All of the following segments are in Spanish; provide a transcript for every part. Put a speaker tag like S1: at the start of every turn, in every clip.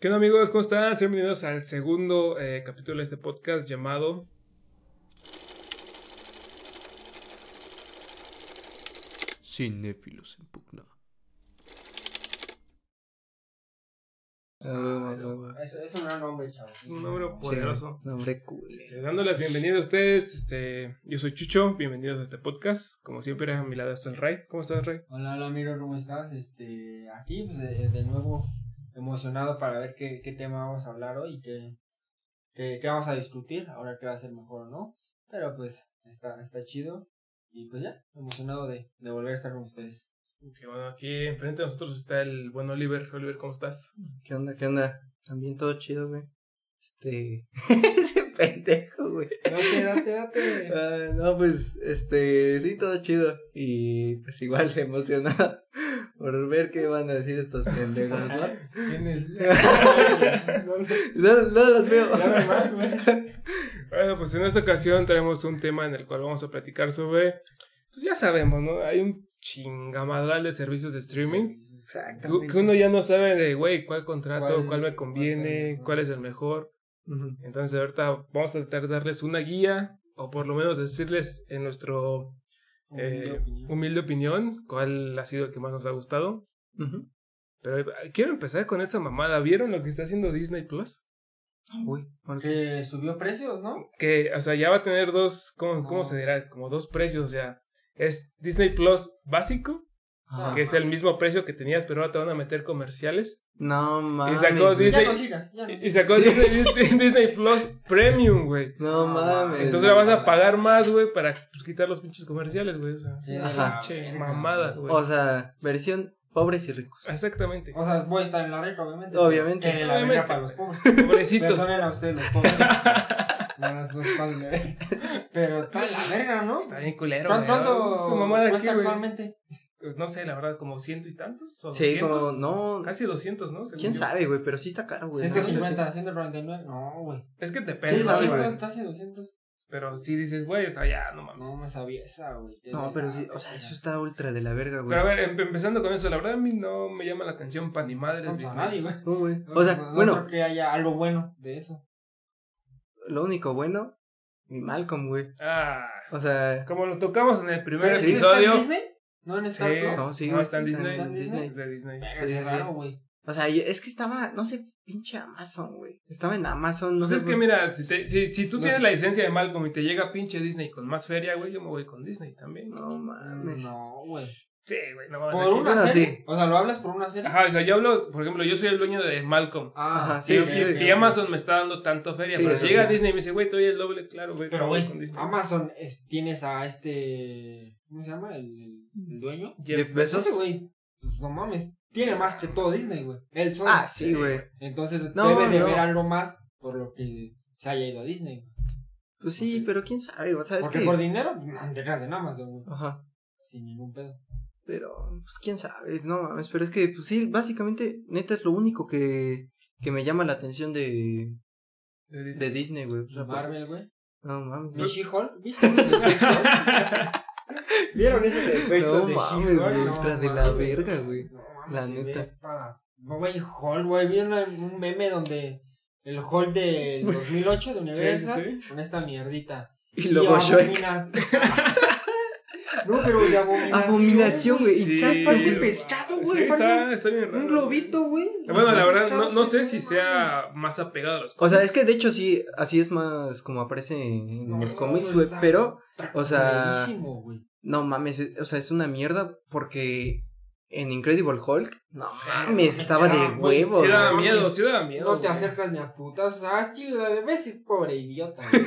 S1: ¿Qué onda amigos? ¿Cómo están? Sean bienvenidos al segundo eh, capítulo de este podcast llamado...
S2: Cinéfilos en pugna.
S3: Ah,
S4: Eso, eso no era un nombre, chavos.
S1: Es un número poderoso.
S3: Nombre cool.
S1: Este, dándoles bienvenidas a ustedes, este, yo soy Chucho, bienvenidos a este podcast. Como siempre, a mi lado está el Ray. ¿Cómo estás, Ray?
S4: Hola, hola, amigo, ¿cómo estás? Este, aquí, pues, de, de nuevo, emocionado para ver qué, qué tema vamos a hablar hoy y qué, qué, qué vamos a discutir, ahora qué va a ser mejor o no. Pero, pues, está, está chido. Y, pues, ya, emocionado de, de volver a estar con ustedes.
S1: Que bueno, aquí enfrente de nosotros está el buen Oliver. Oliver, ¿cómo estás?
S3: ¿Qué onda? ¿Qué onda? También todo chido, güey. Este. Ese pendejo, güey.
S4: Date, date, date.
S3: Ah, no, pues, este. Sí, todo chido. Y pues igual emocionado por ver qué van a decir estos pendejos, ¿no?
S4: ¿Quién es?
S3: No, no los veo.
S4: Ya me mal, güey.
S1: Bueno, pues en esta ocasión traemos un tema en el cual vamos a platicar sobre... pues, ya sabemos, ¿no? Hay un chingamadral de servicios de streaming.
S3: Exactamente.
S1: Que que uno ya no sabe de, güey, cuál contrato, cuál,
S4: ¿Cuál-
S1: me
S4: cuál
S1: conviene,
S4: es el
S1: cuál es el mejor.
S3: Ujú.
S1: Entonces ahorita vamos a tratar de darles una guía o por lo menos decirles en nuestro eh,
S4: Humilde opinión.
S1: humilde opinión cuál ha sido el que más nos ha gustado.
S3: Ujú.
S1: Pero eh, quiero empezar con esa mamada. ¿Vieron lo que está haciendo Disney Plus?
S3: Uy, ¿por qué?
S4: Que subió precios, ¿no?
S1: que, o sea, ya va a tener dos, ¿cómo,
S4: No.
S1: cómo se dirá? Como dos precios, o sea, es Disney Plus básico,
S3: Ah,
S1: que es el mismo precio que tenías, pero ahora te van a meter comerciales.
S3: No mames.
S1: sacó
S3: güey.
S1: Disney-
S4: Ya no sigas, ya no
S1: Y y
S4: sigas.
S1: sacó
S3: Sí.
S1: Disney, Disney Plus Premium, güey.
S3: No mames.
S1: Ah, Entonces la vas a pagar más, güey, para pues, quitar los pinches comerciales, güey. O sea,
S4: Sí,
S3: Ajá.
S1: Che,
S4: verga.
S1: mamada, güey.
S3: O sea, versión pobres y ricos.
S1: Exactamente.
S4: O sea, voy a estar en la red, obviamente.
S3: Obviamente.
S4: Que la
S1: Obviamente.
S4: verga para los pobres.
S1: Pobrecitos.
S4: Perdonen a ustedes los pobres. Bueno, las dos cosas, ¿eh? Pero está en la verga, ¿no?
S1: Está bien culero, güey.
S4: ¿Cuánto
S1: Esa mamada aquí,
S4: cuesta
S1: güey.
S4: actualmente?
S1: No sé, la verdad, como ciento y tantos. O
S3: Sí,
S1: 200,
S3: como, no.
S1: Casi 200, ¿no? Según
S3: ¿Quién
S1: yo.
S3: sabe, güey? Pero Pues sí está caro, güey. No,
S4: 150, 149. No, güey.
S1: Es que
S4: Sí,
S1: depende,
S3: ¿Quién sabe,
S1: güey.
S4: 200,
S3: güey?
S4: casi 200.
S1: Pero sí dices, güey, o sea, ya, no mames.
S4: No me sabía esa, güey. Qué
S3: No, pero
S4: de la
S3: sí. O sea,
S4: verga.
S3: eso está ultra de la verga, güey.
S1: Pero a ver, em- empezando con eso, la verdad a mí no me llama la atención pan ni madres
S4: No, pues, a
S1: Disney.
S4: nadie, güey.
S3: No, güey.
S4: No,
S3: O sea,
S4: no, no
S3: bueno,
S4: creo que haya algo bueno de eso.
S3: lo único bueno, Malcolm, güey.
S1: Ah,
S3: O sea,
S1: como lo tocamos en el primer
S4: Pero sí está en
S1: episodio.
S4: Disney? ¿No en Star Plus?
S1: Sí,
S3: No, sí,
S1: no,
S3: güey,
S1: está en
S3: sí, está
S1: Disney.
S3: en
S4: Disney.
S1: Es de Disney.
S4: Verga,
S3: Sí,
S4: qué
S3: sí,
S4: raro, güey.
S3: o sea, y es que estaba, no sé, pinche Amazon, güey. Estaba en Amazon, no
S1: Entonces
S3: sé.
S1: Pues es que
S3: güey.
S1: mira, si, te- si, si tú
S4: No.
S1: tienes la licencia de Malcolm y te llega pinche Disney con más feria, güey, yo me voy con Disney también.
S3: No mames.
S4: No, güey.
S1: Sí, güey, no mames.
S4: ¿Por
S1: aquí-
S4: una
S3: Bueno,
S4: serie?
S3: sí.
S4: O sea, ¿lo hablas por una serie?
S1: Ajá, o sea, yo hablo, por ejemplo, yo soy el dueño de Malcolm.
S4: Ah,
S3: Ajá,
S1: Sí,
S3: Sí,
S1: y,
S3: sí,
S1: y-
S3: sí.
S1: y Amazon me está dando tanto feria.
S3: Sí,
S1: pero
S3: eso
S1: si llega
S3: sí.
S1: Disney y me dice, güey, te doy el doble, claro, güey,
S4: Pero,
S1: me voy
S4: güey,
S1: con Disney.
S4: Amazon es- tienes a este. ¿Cómo se llama? ¿El, el- el dueño?
S1: Jeff Bezos.
S3: Jeff Bezos.
S4: Ese güey, pues, no mames, tiene más que todo Disney, güey. Él solo.
S3: Ah, sí, güey.
S4: Entonces
S3: No,
S4: debe de
S3: no.
S4: ver algo más por lo que se haya ido a Disney.
S3: Pues sí, pero quién sabe, o sea, es
S4: Porque
S3: que.
S4: por dinero, te quedas en Amazon, güey.
S3: Ajá.
S4: Sin ningún pedo.
S3: Pero, pues quién sabe, no mames. Pero es que, pues sí, básicamente, neta es lo único que, que me llama la atención de,
S1: de Disney.
S3: de Disney, güey. O sea, por-
S4: Marvel, güey.
S3: No mames.
S4: Mi She-Hulk, ¿viste? esos efectos? ¿Vieron esos efectos
S3: No
S4: de
S3: mames,
S4: She-Hulk?
S3: güey,
S4: No
S3: ultra de la
S4: mames,
S3: verga,
S4: güey.
S3: güey.
S4: No mames,
S3: La
S4: se
S3: neta.
S4: ve para- No, güey, Hulk, güey. Vi una- un meme donde el Hulk del 2008 de Universal
S1: sí, sí.
S4: con esta mierdita.
S3: Y luego Shrek.
S4: abomina- No, pero de abominación.
S3: Abominación, güey.
S1: Sí,
S3: Exacto,
S4: Parece
S1: güey.
S4: pescado,
S1: Sí,
S4: güey,
S1: está,
S4: parece
S1: está bien raro.
S4: Un globito, güey.
S1: Eh, Bueno, la
S4: Un
S1: verdad,
S4: pescado,
S1: no, no sé
S4: güey,
S1: si
S4: no
S1: sea más apegado a los
S3: O sea, es que de hecho sí, así es más como aparece en
S4: mames.
S3: los cómics,
S4: No,
S3: güey.
S4: está
S3: Pero, o sea,
S4: culerísimo, güey.
S3: no mames, es- o sea, es una mierda porque en Incredible Hulk, no mames, estaba de
S4: Ah,
S1: güey,
S3: huevo.
S1: Sí daba
S4: güey.
S1: miedo, sí daba miedo.
S4: No te
S1: güey.
S4: acercas ni a putas. Ah, chido, ves, y pobre idiota. güey.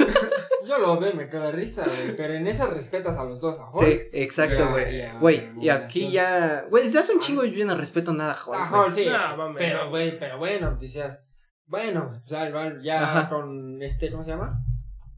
S4: Yo lo veo, y me quedo de risa, güey. Pero en esa respetas a los dos, a Hulk.
S3: Sí, exacto,
S4: Ya,
S3: güey.
S4: ya,
S3: Güey,
S4: ya,
S3: y aquí ya. Güey, desde hace un chingo yo no respeto nada, a Hulk,
S4: A
S3: güey.
S4: Hulk, sí.
S1: Nah, mames,
S4: pero,
S1: no.
S4: güey, pero bueno, decías. Bueno, o sea, va- ya
S3: Ajá.
S4: con este, ¿cómo se llama?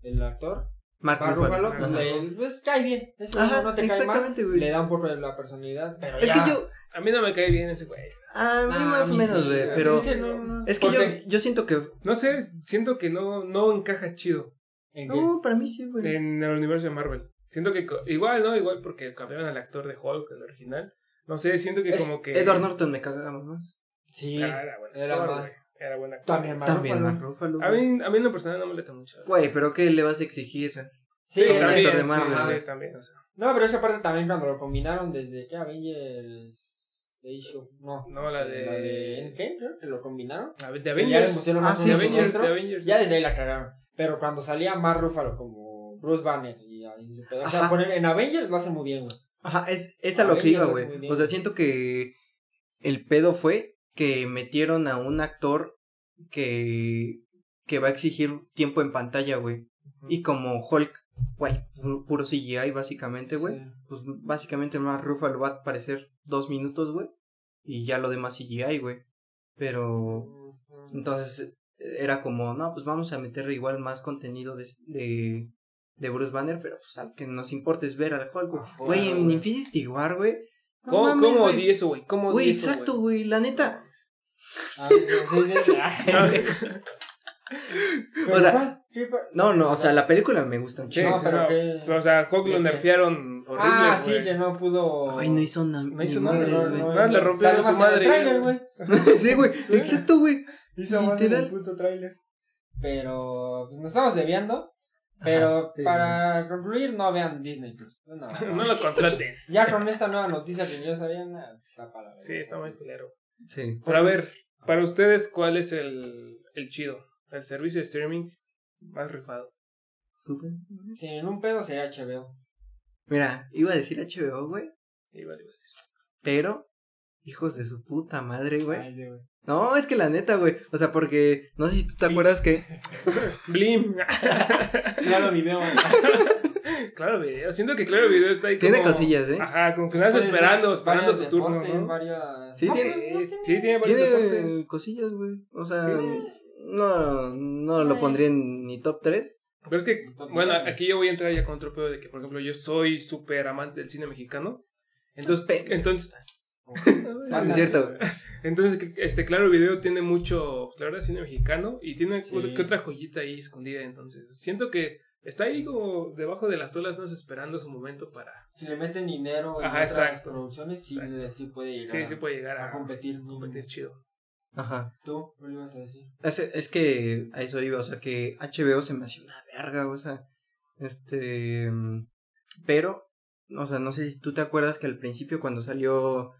S4: El actor.
S3: Mark
S4: Mark Ruffalo,
S3: Ruffalo.
S4: pues,
S3: Ah, Ajá.
S4: le- pues, cae bien. Eso
S3: Ajá,
S4: no te cae mal.
S3: exactamente, güey.
S4: Le da un poco de la personalidad, pero
S3: Es
S4: ya.
S3: que yo.
S1: A mí no me cae bien ese güey.
S3: A mí
S4: Ah,
S3: más o
S4: a mí
S3: menos,
S4: sí,
S3: güey.
S4: güey.
S3: Pero. Eh,
S4: Es que no, no.
S3: Es que
S4: ¿Por
S3: yo,
S4: qué?
S3: yo siento que.
S1: No sé, siento que no, no encaja chido
S4: ¿En qué?
S3: No, para mí sí, güey.
S1: en el universo de Marvel. Siento que co- igual, ¿no? Igual porque cambiaron al actor de Hulk, el original. No sé, siento que
S4: Es
S1: como que.
S3: Edward Norton me cagaba más.
S4: Sí.
S1: Ah, era buen
S4: Era
S1: actor,
S4: más-
S1: güey. Era buena. actriz.
S4: También Mark
S3: También
S4: Ruffalo.
S3: Mark Ruffalo.
S1: A
S3: güey.
S1: mí, a mí en lo personal no me late mucho.
S3: Güey, pero ¿qué le vas a exigir?
S4: Sí,
S3: Pues, Sí,
S4: es
S3: también.
S4: que-
S3: actor de Marvel,
S1: ajá,
S3: sí.
S1: sí, también, o sea,
S4: No, pero esa parte también cuando lo combinaron desde que Avengers Age of- No,
S1: No, la de-
S4: La de Endgame, creo que lo combinaron.
S1: a ver, De
S4: Que Ya le
S1: Avengers.
S4: pusieron
S3: Ah,
S4: más
S3: sí,
S1: De
S4: un
S1: Avengers,
S4: monstruo.
S1: de Avengers.
S4: Ya desde ahí la cagaron. Pero cuando salía más Rúfalo como Bruce Banner y, y su pedo- O sea,
S3: Ajá.
S4: poner en Avengers lo hacen muy bien, güey.
S3: Ajá, es, es a
S4: A
S3: lo
S4: ver,
S3: que
S4: ya
S3: iba,
S4: lo hace muy
S3: güey.
S4: bien.
S3: O sea, siento que el pedo fue que metieron a un actor que, que va a exigir tiempo en pantalla, güey. Y como Hulk, güey, pu- puro CGI básicamente, güey.
S4: Sí.
S3: Pues básicamente más Ruffalo va a aparecer dos minutos, güey. Y ya lo demás CGI, güey. Pero
S4: Ujú.
S3: entonces era como, no, pues vamos a meter igual más contenido de, de, de Bruce Banner, pero pues al que nos importa es ver al Hulk, güey.
S4: Ajá,
S3: Güey, en
S4: güey.
S3: Infinity War, güey.
S1: Ah,
S3: no
S1: ¿Cómo,
S3: mames,
S1: cómo
S3: güey.
S1: odié eso, güey? ¿Cómo
S3: Güey,
S1: odié eso,
S3: exacto, güey, la neta.
S4: Ah, sí, sí, sí, Ah, sí. Ay, pero
S3: O sea,
S4: ¿cuál? Sí, pero- Ah,
S3: No, no, o sea, la película me gusta un
S1: Sí,
S3: chingo.
S4: No,
S1: sí,
S4: pero
S1: no.
S4: que-
S1: O sea, Hulk lo
S4: Sí,
S1: nerfearon horrible,
S4: Ah,
S1: güey.
S4: sí, que no pudo.
S3: Güey, no hizo nada.
S1: No hizo
S3: ni
S1: nada,
S3: madres,
S1: no,
S3: güey.
S1: no. Nada, le rompieron
S4: Salió
S1: su
S4: más en
S1: madre,
S4: el tráiler,
S1: güey.
S4: güey.
S3: sí, güey,
S4: Sí.
S3: exacto, güey.
S4: Hizo más en el
S3: Literal.
S4: puto tráiler. Pero pues, nos estamos debiando. Pero
S3: Ajá, sí.
S4: para concluir, no vean Disney Plus. No, no.
S1: No lo contraten.
S4: Ya con esta nueva noticia que yo sabía, nada, está para la verga.
S1: Sí, está muy culero.
S3: Sí.
S1: Pero a ver, para ustedes, ¿cuál es el, el chido? El servicio de streaming más rifado.
S4: Si en un pedo sería HBO.
S3: Mira, iba a decir HBO, güey,
S1: Iba, iba a decir.
S3: pero hijos de su puta madre, güey.
S4: Ay, sí, güey.
S3: No, es que la neta, güey. O sea, porque no sé si tú te acuerdas que
S1: Blim.
S4: Claro, video. güey.
S1: claro video. Siento que claro video está ahí como...
S3: tiene cosillas, ¿eh?
S1: Ajá, como que estás
S4: Varios-
S1: esperando, esperando
S4: varios
S1: su turno,
S4: deportes,
S1: ¿no?
S4: varias-
S3: Sí,
S4: No,
S3: tiene-
S4: pues, no
S1: Sí, sí, tiene varios
S3: Tiene
S1: deportes.
S3: cosillas, güey. O sea,
S1: Sí.
S3: no, no lo
S4: Sí.
S3: pondría en ni top 3.
S1: Pero es que, bueno, aquí yo voy a entrar ya con otro pedo de que, por ejemplo, yo soy súper amante del cine mexicano. Entonces,
S3: Pe-
S1: entonces,
S3: Ah, No es cierto, güey.
S1: entonces, este claro video tiene mucho, la verdad, cine mexicano y tiene
S4: Sí.
S1: que otra joyita ahí escondida. Entonces, siento que está ahí como debajo de las olas, nos esperando su momento para.
S4: Si le meten dinero en
S1: Ajá,
S4: otras
S1: exacto.
S4: producciones, sí,
S1: Exacto.
S4: sí puede llegar
S1: Sí,
S4: a-
S1: sí puede llegar
S4: a
S1: a
S4: competir.
S1: competir chido.
S3: Ajá.
S4: ¿Tú? ¿Qué le ibas a decir?
S3: Es, es que a eso iba, o sea, que HBO se me hacía una verga, o sea, este, mm, pero, o sea, no sé si tú te acuerdas que al principio cuando salió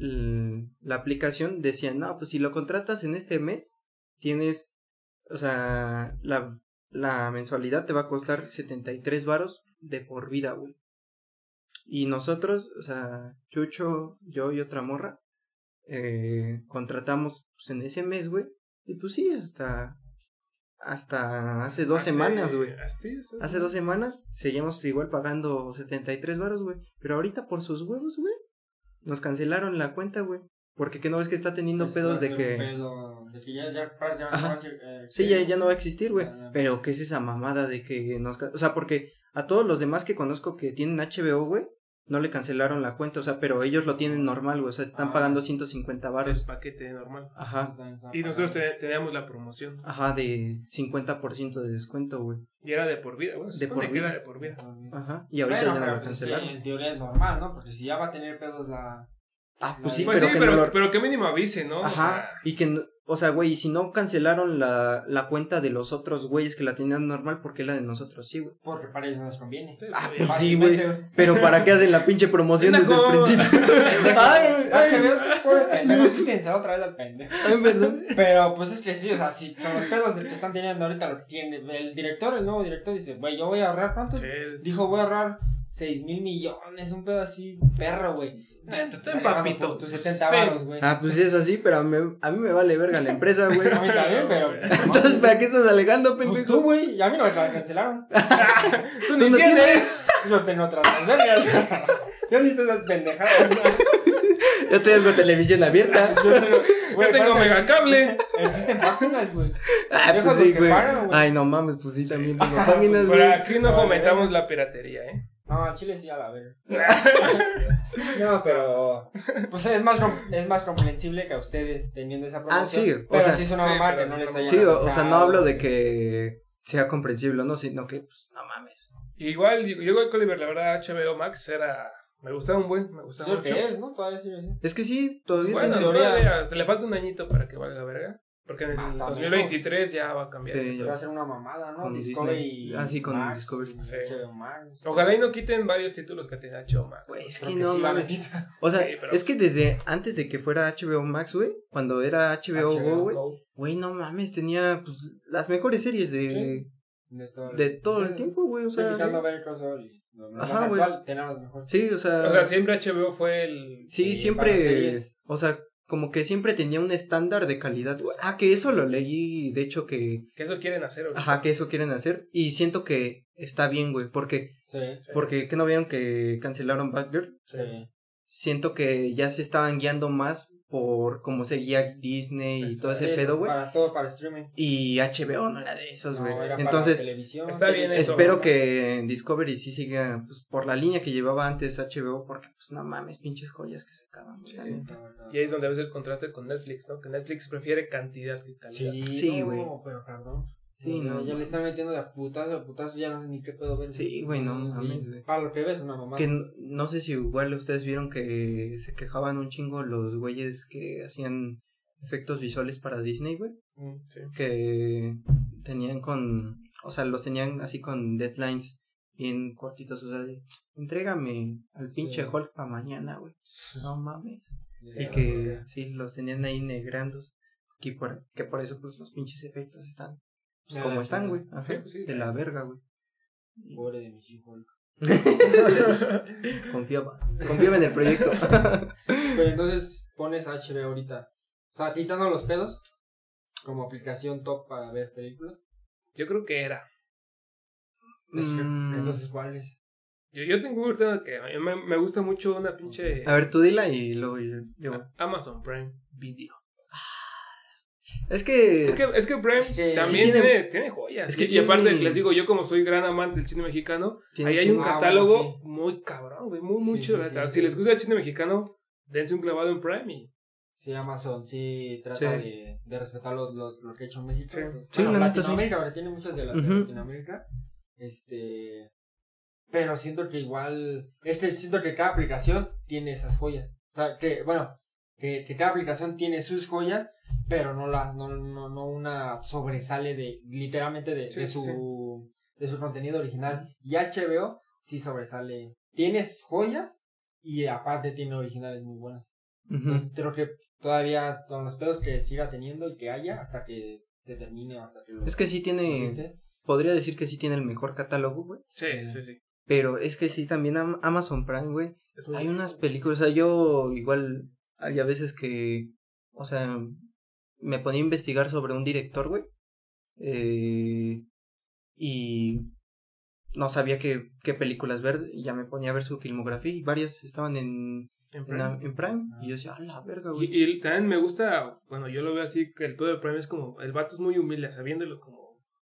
S3: l- la aplicación decían, no, pues si lo contratas en este mes, tienes, o sea, la, la mensualidad te va a costar 73 varos de por vida, güey. Y nosotros, o sea, Chucho, yo y otra morra, eh, contratamos pues, en ese mes, güey. Y pues sí, hasta, hasta hace dos semanas, güey.
S1: Así es,
S3: Hace dos semanas seguimos igual pagando 73 varos, güey. Pero ahorita por sus huevos, güey. Nos cancelaron la cuenta, güey. Porque que no ves que está teniendo
S4: Pues,
S3: pedos de
S4: un
S3: que...
S4: pedo de que ya, ya, para- ya no
S3: Ajá.
S4: va a ser, eh,
S3: Sí, ya,
S4: que-
S3: ya no va a existir, güey.
S4: Ah, no.
S3: Pero ¿qué es esa mamada de que nos... can- O sea, porque a todos los demás que conozco que tienen HBO, güey, no le cancelaron la cuenta. O sea, pero ellos lo tienen normal, güey. O sea, están
S4: Ah.
S3: pagando 150
S1: El
S3: varos.
S1: paquete normal.
S3: Ajá.
S1: Y nosotros te- teníamos la promoción.
S3: Ajá, de 50% de descuento, güey.
S1: Y era de por vida, bueno, se
S3: De
S1: supone
S3: por
S1: que
S3: vida.
S1: era de por vida.
S3: Ajá. Y ahorita ya
S4: Bueno,
S3: no
S4: pero
S3: lo
S4: pues es que
S3: cancelaron.
S4: en teoría es normal, ¿no? Porque si ya va a tener pedos la.
S3: Ah, pues sí,
S1: pues
S3: pero
S1: sí,
S3: que
S1: pero,
S3: no lo
S1: pero que mínimo avise, ¿no? O
S3: Ajá,
S1: sea,
S3: y que, no- o sea, güey, y si no cancelaron la, la cuenta de los otros güeyes que la tenían normal, ¿por qué la de nosotros sí, güey?
S4: Porque para ellos no les conviene.
S1: entonces,
S3: Ah,
S1: oye,
S3: pues
S1: va-
S3: sí, güey.
S4: Fácilmente,
S3: Pero ¿para qué hacen la pinche promoción desde el
S1: Pendejo.
S3: principio? ay, ay,
S4: HBO, qué pobre pendejo, quítense otra vez al pendejo.
S3: ay, perdón.
S4: Pero pues es que sí, o sea, si con los pedos de que están teniendo ahorita lo que tienen, el director, el nuevo director dice, güey, yo voy a ahorrar cuánto.
S1: Sí.
S4: Dijo, voy a ahorrar 6 mil millones, un pedo así, perro, güey.
S1: Nah, tú ten,
S4: Estás ganando
S1: papito.
S4: por Tus
S1: Pues,
S4: 70
S1: ten.
S4: baros, güey.
S3: Ah, pues eso sí, pero a mí, a mí me vale verga la empresa, güey.
S4: A mí también, pero.
S3: Entonces, ¿para qué estás alegando,
S4: Pues tú,
S3: pendejo?
S4: güey, y a mí no me la cancelaron.
S1: Tú
S3: Tú
S1: ni
S3: no
S1: tienes.
S3: tienes.
S4: Yo tengo otras pandemias. Yo ni todas esas pendejadas.
S3: Yo tengo televisión abierta.
S4: Yo tengo, güey,
S1: Yo tengo
S4: aparte
S1: megacable.
S4: Existen páginas, güey.
S3: Ah, pues
S4: Deja los
S3: sí,
S4: que
S3: güey.
S4: pagan, güey.
S3: Ay, no mames, pues sí, también tengo páginas,
S1: Por
S3: güey.
S1: aquí no
S4: Vale,
S1: fomentamos la piratería, ¿eh?
S4: No, al Chile sí, a la verga. No, pero. Pues es más, com- es más comprensible que a ustedes teniendo esa promoción.
S3: Ah, sí, o
S4: Pero
S3: sea-
S4: sí es una
S1: Sí,
S4: mamá
S1: pero
S4: que no
S1: sí
S4: les
S1: es
S4: haya
S1: una
S3: Sí, o, o
S4: avisado,
S3: sea, no hablo de
S4: güey.
S3: que sea comprensible, ¿no? Sino que, pues, no mames.
S1: Igual, yo igual Oliver, la verdad, HBO Max era Me gustaba un buen, me gustaba
S4: lo
S1: mucho.
S4: que es, ¿no? Todavía sigue así.
S3: Es que sí, todavía
S4: Pues
S1: Bueno,
S3: tiene-
S4: teoría.
S1: todavía te le falta un añito para que valga verga. Porque en
S3: Ah,
S1: el
S4: Más o
S1: 2023 ya va a cambiar.
S3: Sí,
S1: eso.
S4: Pero va a ser una mamada, ¿no?
S3: Con
S4: Discovery.
S3: Disney. Ah, sí, con
S4: Max,
S3: Discovery.
S1: Sí.
S4: HBO Max.
S1: Ojalá y no quiten varios títulos que tenía HBO Max.
S3: Güey, es
S4: Creo
S3: que no
S4: sí,
S3: mames.
S4: la neta.
S3: O sea,
S1: Sí, pero-
S3: es que desde antes de que fuera HBO Max, güey, cuando era HBO, Go, güey, güey, no mames, tenía pues, las mejores series de,
S1: Sí.
S4: De todo,
S3: de todo el tiempo, güey. O
S4: Estoy
S3: sea,
S4: buscando ver el crossover y lo más
S3: Ajá, güey.
S4: actual, tenemos mejor.
S3: sí, o sea,
S1: O sea, siempre HBO fue el.
S3: sí,
S4: y para
S3: siempre,
S4: series.
S3: o sea, como que siempre tenía un estándar de calidad. güey. Ah, que eso lo leí, de hecho, que,
S1: Que eso quieren hacer. ahorita.
S3: ajá, que eso quieren hacer. Y siento que está bien, güey, porque,
S4: Sí,
S1: Sí.
S3: porque, ¿qué no vieron que cancelaron Batgirl?
S1: Sí.
S4: sí.
S3: Siento que ya se estaban guiando más por cómo se guía Disney y todo ese
S4: Sí,
S3: pedo, güey.
S4: Para todo, para streaming.
S3: Y HBO no era de esos, güey.
S4: No, era para
S3: Entonces,
S4: televisión,
S1: está
S4: sí,
S1: bien eso.
S3: espero que Discovery sí siga pues, por la línea que llevaba antes HBO, porque, pues, no mames, pinches joyas que sacaban. güey,
S1: Sí,
S3: la
S1: sí.
S3: neta.
S1: Y ahí es donde ves el contraste con Netflix, ¿no? Que Netflix prefiere cantidad que calidad.
S3: Sí,
S4: no,
S3: güey.
S4: pero cabrón.
S3: Sí,
S4: No,
S3: no
S4: Ya le
S3: mames.
S4: están metiendo de a putazo, a putazo, ya no sé ni qué puedo ver.
S3: Sí, güey, no
S4: Y
S3: mames, güey.
S4: Para lo que ves, una mamá.
S3: Que n- no sé si igual ustedes vieron que se quejaban un chingo los güeyes que hacían efectos visuales para Disney, güey.
S1: Mm, sí.
S3: Que tenían con. O sea, los tenían así con deadlines bien cortitos. O sea, de, entrégame al pinche
S4: Sí.
S3: Hulk para mañana, güey. No mames.
S1: Sí,
S4: "Ah,
S3: Y que sí, los tenían ahí negrandos. Que por, que por eso, pues, los pinches efectos están pues,
S4: Ah,
S3: como
S4: sí.
S3: están, güey. Ajá,
S1: Sí, pues, sí.
S3: de la verga, güey. Y-
S4: Pobre de mi She-Hulk.
S3: Confiaba. Confiaba en el proyecto.
S4: Pero entonces pones HBO ahorita. O sea, quitando los pedos. Como aplicación top para ver películas.
S1: Yo creo que era.
S3: Mm,
S4: Entonces,
S1: pues,
S4: ¿cuál es?
S1: Yo, yo tengo un tema que a mí me, me gusta mucho una pinche.
S3: a ver, tú dila y luego yo.
S1: Ah.
S3: yo-
S1: Amazon Prime Video.
S3: Es que.
S1: Es que, es que Prime
S4: Es que-
S1: también
S3: sí tiene-
S1: tiene, tiene joyas.
S3: es que
S1: y, y aparte,
S3: tiene-
S1: les digo, yo como soy gran amante del cine mexicano,
S3: tiene
S1: ahí hay
S3: chingo-
S1: un
S4: Ah,
S1: catálogo
S4: bueno,
S1: muy cabrón, güey, muy,
S4: Sí,
S1: muy
S4: sí,
S1: chido, la
S4: sí,
S1: neta.
S4: sí.
S1: Si les gusta el cine mexicano, dense un clavado en Prime y
S4: Sí, Amazon sí trata
S3: Sí.
S4: De, de respetar lo, lo, lo que ha hecho México.
S1: Sí.
S4: Bueno,
S3: Sí, la neta, sí.
S4: Latinoamérica, ahora tiene muchas de las de
S3: Ujú.
S4: Latinoamérica. Este. Pero siento que igual. Este, siento que cada aplicación tiene esas joyas. O sea, que, bueno, que, que cada aplicación tiene sus joyas, pero no la, no, no, no una sobresale de, literalmente de,
S1: Sí,
S4: de
S1: sí,
S4: su de su contenido original. Y HBO sí sobresale. Tienes joyas y aparte tiene originales muy buenas. Entonces,
S1: Pues,
S3: Ujú.
S4: creo que todavía con los pedos que siga teniendo y que haya hasta que se termine o hasta que lo
S3: Es que eh, sí tiene.
S4: quite.
S3: Podría decir que sí tiene el mejor catálogo, güey.
S4: eh,
S1: Sí, sí, sí.
S3: Pero es que sí, también Am- Amazon Prime, güey.
S1: Es muy-
S3: Hay unas películas. O sea, yo igual. Había veces que. O sea. Me ponía a investigar sobre un director, güey. Eh, y. No sabía qué, qué películas ver. y Ya me ponía a ver su filmografía. Y varias estaban en
S1: en
S3: en,
S1: Prime.
S3: la- en Prime.
S4: Ah.
S3: Y yo decía, a la verga,
S1: Y,
S3: güey.
S1: y también me gusta, bueno, yo lo veo así, que el pedo de Prime es como, el vato es muy humilde, sabiéndolo como...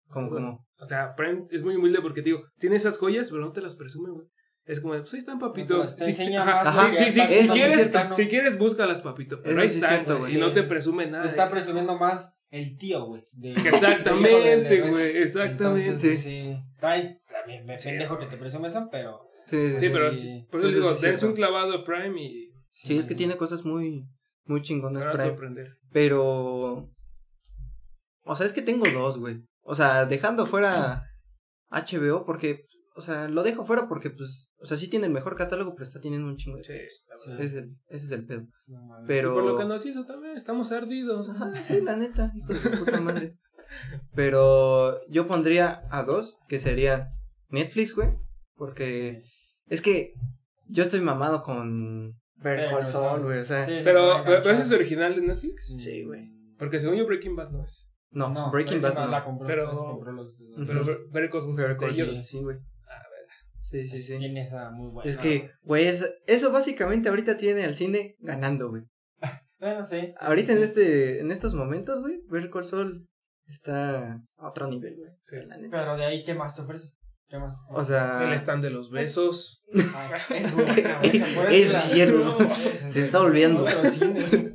S3: Como, como.
S1: O sea, Prime es muy humilde porque, te digo, tiene esas joyas, pero no te las presume, güey. Es como, pues ahí están, papito.
S4: No te las- te
S1: Sí,
S4: enseña
S1: ajá,
S4: más,
S1: sí,
S3: ¿no?
S1: sí,
S3: Que
S1: sí,
S3: vas
S1: si
S3: más
S1: quieres,
S4: cercano.
S1: si quieres, búscalas, papito. Pero
S3: Eso
S1: ahí
S3: sí es
S1: están,
S3: cierto,
S1: güey,
S3: güey.
S1: y no te presume nada.
S4: Te está presumiendo más el tío, güey. de-
S1: Exactamente,
S4: del negocio.
S1: güey, exactamente.
S4: Entonces,
S3: Sí.
S4: sí. También, también me
S1: Sí.
S4: pendejo que te presume eso, pero.
S3: Sí, sí,
S1: Sí,
S3: sí.
S1: pero
S4: Sí.
S1: por eso
S3: Eso
S1: digo,
S3: sí es
S1: dense
S3: cierto.
S1: un clavado a Prime y
S3: Sí, es que tiene cosas muy. Muy
S1: se
S3: chingonas
S1: van a
S3: Prime.
S1: sorprender.
S3: Pero. O sea, es que tengo dos, güey. O sea, dejando fuera HBO, porque. O sea, lo dejo fuera porque, pues. O sea, sí tiene el mejor catálogo, pero está teniendo un chingo de.
S1: Sí, la verdad.
S3: Ese, es el, ese es el pedo.
S4: No mames.
S1: Y
S3: Pero.
S1: por lo que nos hizo también, estamos ardidos.
S3: Ajá, sí, la neta, hijo de su puta madre. Pero yo pondría a dos, que sería Netflix, güey. Porque es que yo estoy mamado con Ver
S4: Better
S3: Call
S4: Call
S3: Saul,
S4: Saul.
S3: güey. O sea,
S4: Sí, sí, te va
S1: Pero,
S4: a
S1: ¿pero
S4: enganchar.
S1: ese es original de Netflix?
S3: Sí, güey.
S1: Porque según yo Breaking Bad no es.
S3: no, Breaking Bad no.
S4: la compró,
S1: Pero-
S4: la compró los- los-
S3: Ujú.
S1: Pero Ver- Better Call Saul
S3: Better
S1: es de
S3: Call Saul,
S1: ellos.
S3: sí, güey. Sí, sí, sí.
S4: Tiene esa muy buena.
S3: Es que, güey, es- eso básicamente ahorita tiene al cine ganando, güey.
S4: Bueno, sí.
S3: Ahorita en
S4: Sí.
S3: este, en estos momentos, güey, Ver Call Saul está a otro nivel, güey. O sea,
S1: Sí.
S3: la neta.
S4: Pero de ahí, ¿qué más te ofrece? ¿Qué más?
S3: O sea,
S1: El stand de los besos.
S4: Ah, es muy buena, güey, ¿se acuerdan
S3: Es
S4: de la-
S3: cierto.
S4: Sí, sí,
S3: Se me
S4: sí.
S3: está olvidando.
S4: Otro cine.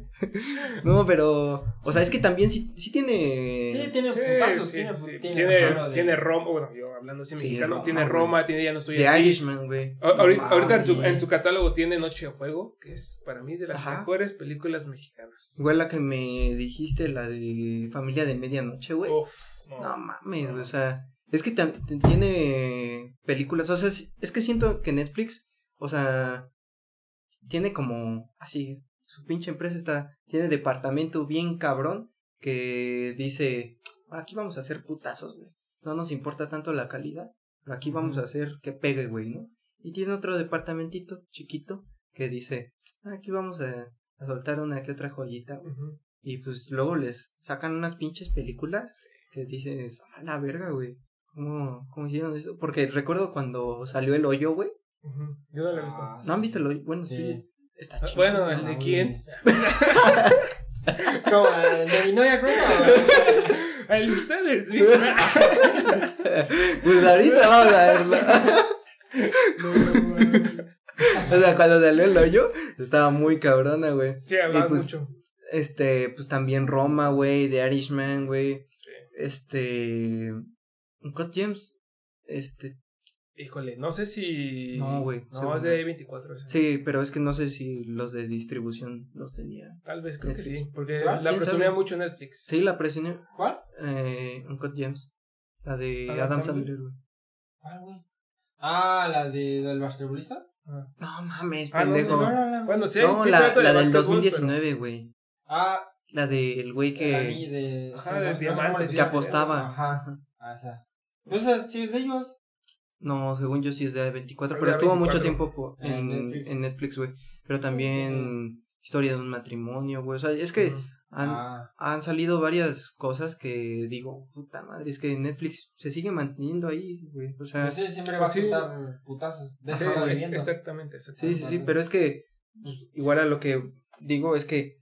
S3: No, pero. O sea, es que también sí, sí tiene.
S4: Sí, tiene
S1: Sí,
S4: putazos,
S1: sí,
S4: tiene,
S1: sí.
S4: tiene,
S1: Tiene-
S4: chorro de-
S1: tiene Roma, bueno, yo hablando así
S3: Sí,
S1: mexicano,
S3: Roma,
S1: tiene
S3: güey.
S1: Roma, tiene Ya no soy
S3: The
S1: aquí.
S3: Irishman, güey.
S1: A- ahori-
S3: No
S1: Ahorita,
S3: mames.
S1: en, su,
S4: sí.
S1: en su catálogo tiene Noche de Fuego, que es para mí de las
S3: Ajá.
S1: mejores películas mexicanas.
S3: Igual la que me dijiste, la de Familia de Medianoche, güey.
S1: Uf, no.
S3: No mames,
S1: No
S3: güey, o sea, es que tam- t- tiene películas, o sea, es, es que siento que Netflix, o sea, tiene como, así, su pinche empresa está, tiene departamento bien cabrón que dice, aquí vamos a hacer putazos, güey, no nos importa tanto la calidad, pero aquí vamos a hacer que pegue, güey, ¿no? Y tiene otro departamentito chiquito que dice, aquí vamos a, a soltar una que otra joyita, güey.
S1: Ujú.
S3: Y pues luego les sacan unas pinches películas que dices, a la verga, güey. ¿Cómo, ¿Cómo hicieron eso? Porque recuerdo cuando salió El Hoyo, güey.
S1: Ujú. Yo no la he visto.
S4: Ah,
S3: ¿No han visto El Hoyo? Bueno,
S4: Sí.
S3: tú- está
S1: Ah,
S3: chido.
S1: bueno,
S3: ¿no?
S1: el de
S4: güey.
S1: quién.
S4: No, el de mi novia cruda.
S1: El de ustedes, sí.
S3: Pues ahorita vamos a verlo.
S1: No, no, no.
S3: o sea, cuando salió El Hoyo, estaba muy cabrona, güey.
S1: Sí, hablaba
S3: Y pues-
S1: mucho.
S3: Este, pues también Roma, güey, The Irishman, güey.
S1: Sí.
S3: Este. Uncut James. Este.
S1: Híjole, no sé si.
S3: No, güey,
S1: No, es
S3: seguro.
S1: de 24. ese.
S3: Sí, pero es que no sé si los de distribución los tenía.
S1: Tal vez creo que
S3: Netflix. Ah,
S1: sí. Porque
S4: ¿Verdad?
S1: la
S3: ¿Quién
S1: presumía
S3: sabe?
S1: mucho Netflix.
S3: Sí, la presioné.
S4: ¿Cuál?
S3: Eh, Uncut James. La de
S1: ¿Adam
S3: Adam,
S1: Sandler?
S3: Sandler, güey.
S4: ¿Cuál, güey? Ah, la de, del basquetbolista.
S3: No mames,
S1: Ah, no,
S3: pendejo.
S1: no,
S3: No,
S1: Bueno, sí, sí
S3: la,
S1: trata de
S3: la del
S1: básquetbol,
S3: 2019, güey.
S4: Ah,
S3: La del güey
S4: que.
S3: que,
S4: de.
S1: Ajá, de
S4: no sé
S1: diamantes,
S4: cómo le
S1: de
S3: que
S4: dicen,
S3: apostaba.
S4: Ajá. Ah, esa. Entonces, si es de ellos.
S3: No, según yo sí es de 24,
S1: Pero
S3: pero
S1: de
S3: estuvo mucho
S1: 24.
S3: tiempo po-
S4: Ah, en
S3: en,
S4: Netflix.
S3: en Netflix, güey. Pero también historia de un matrimonio, güey. O sea, es que
S1: Ujú.
S3: han,
S4: Ah,
S3: han salido varias cosas que digo, puta madre, es que Netflix se sigue manteniendo ahí, güey. O sea,
S4: pues sí, siempre va a
S1: pues sí.
S4: soltar putazos. De eso
S1: Sí,
S4: está
S1: es-
S4: viviendo.
S1: exactamente, exactamente.
S3: Sí, sí, sí, pero es que pues, igual a lo que digo es que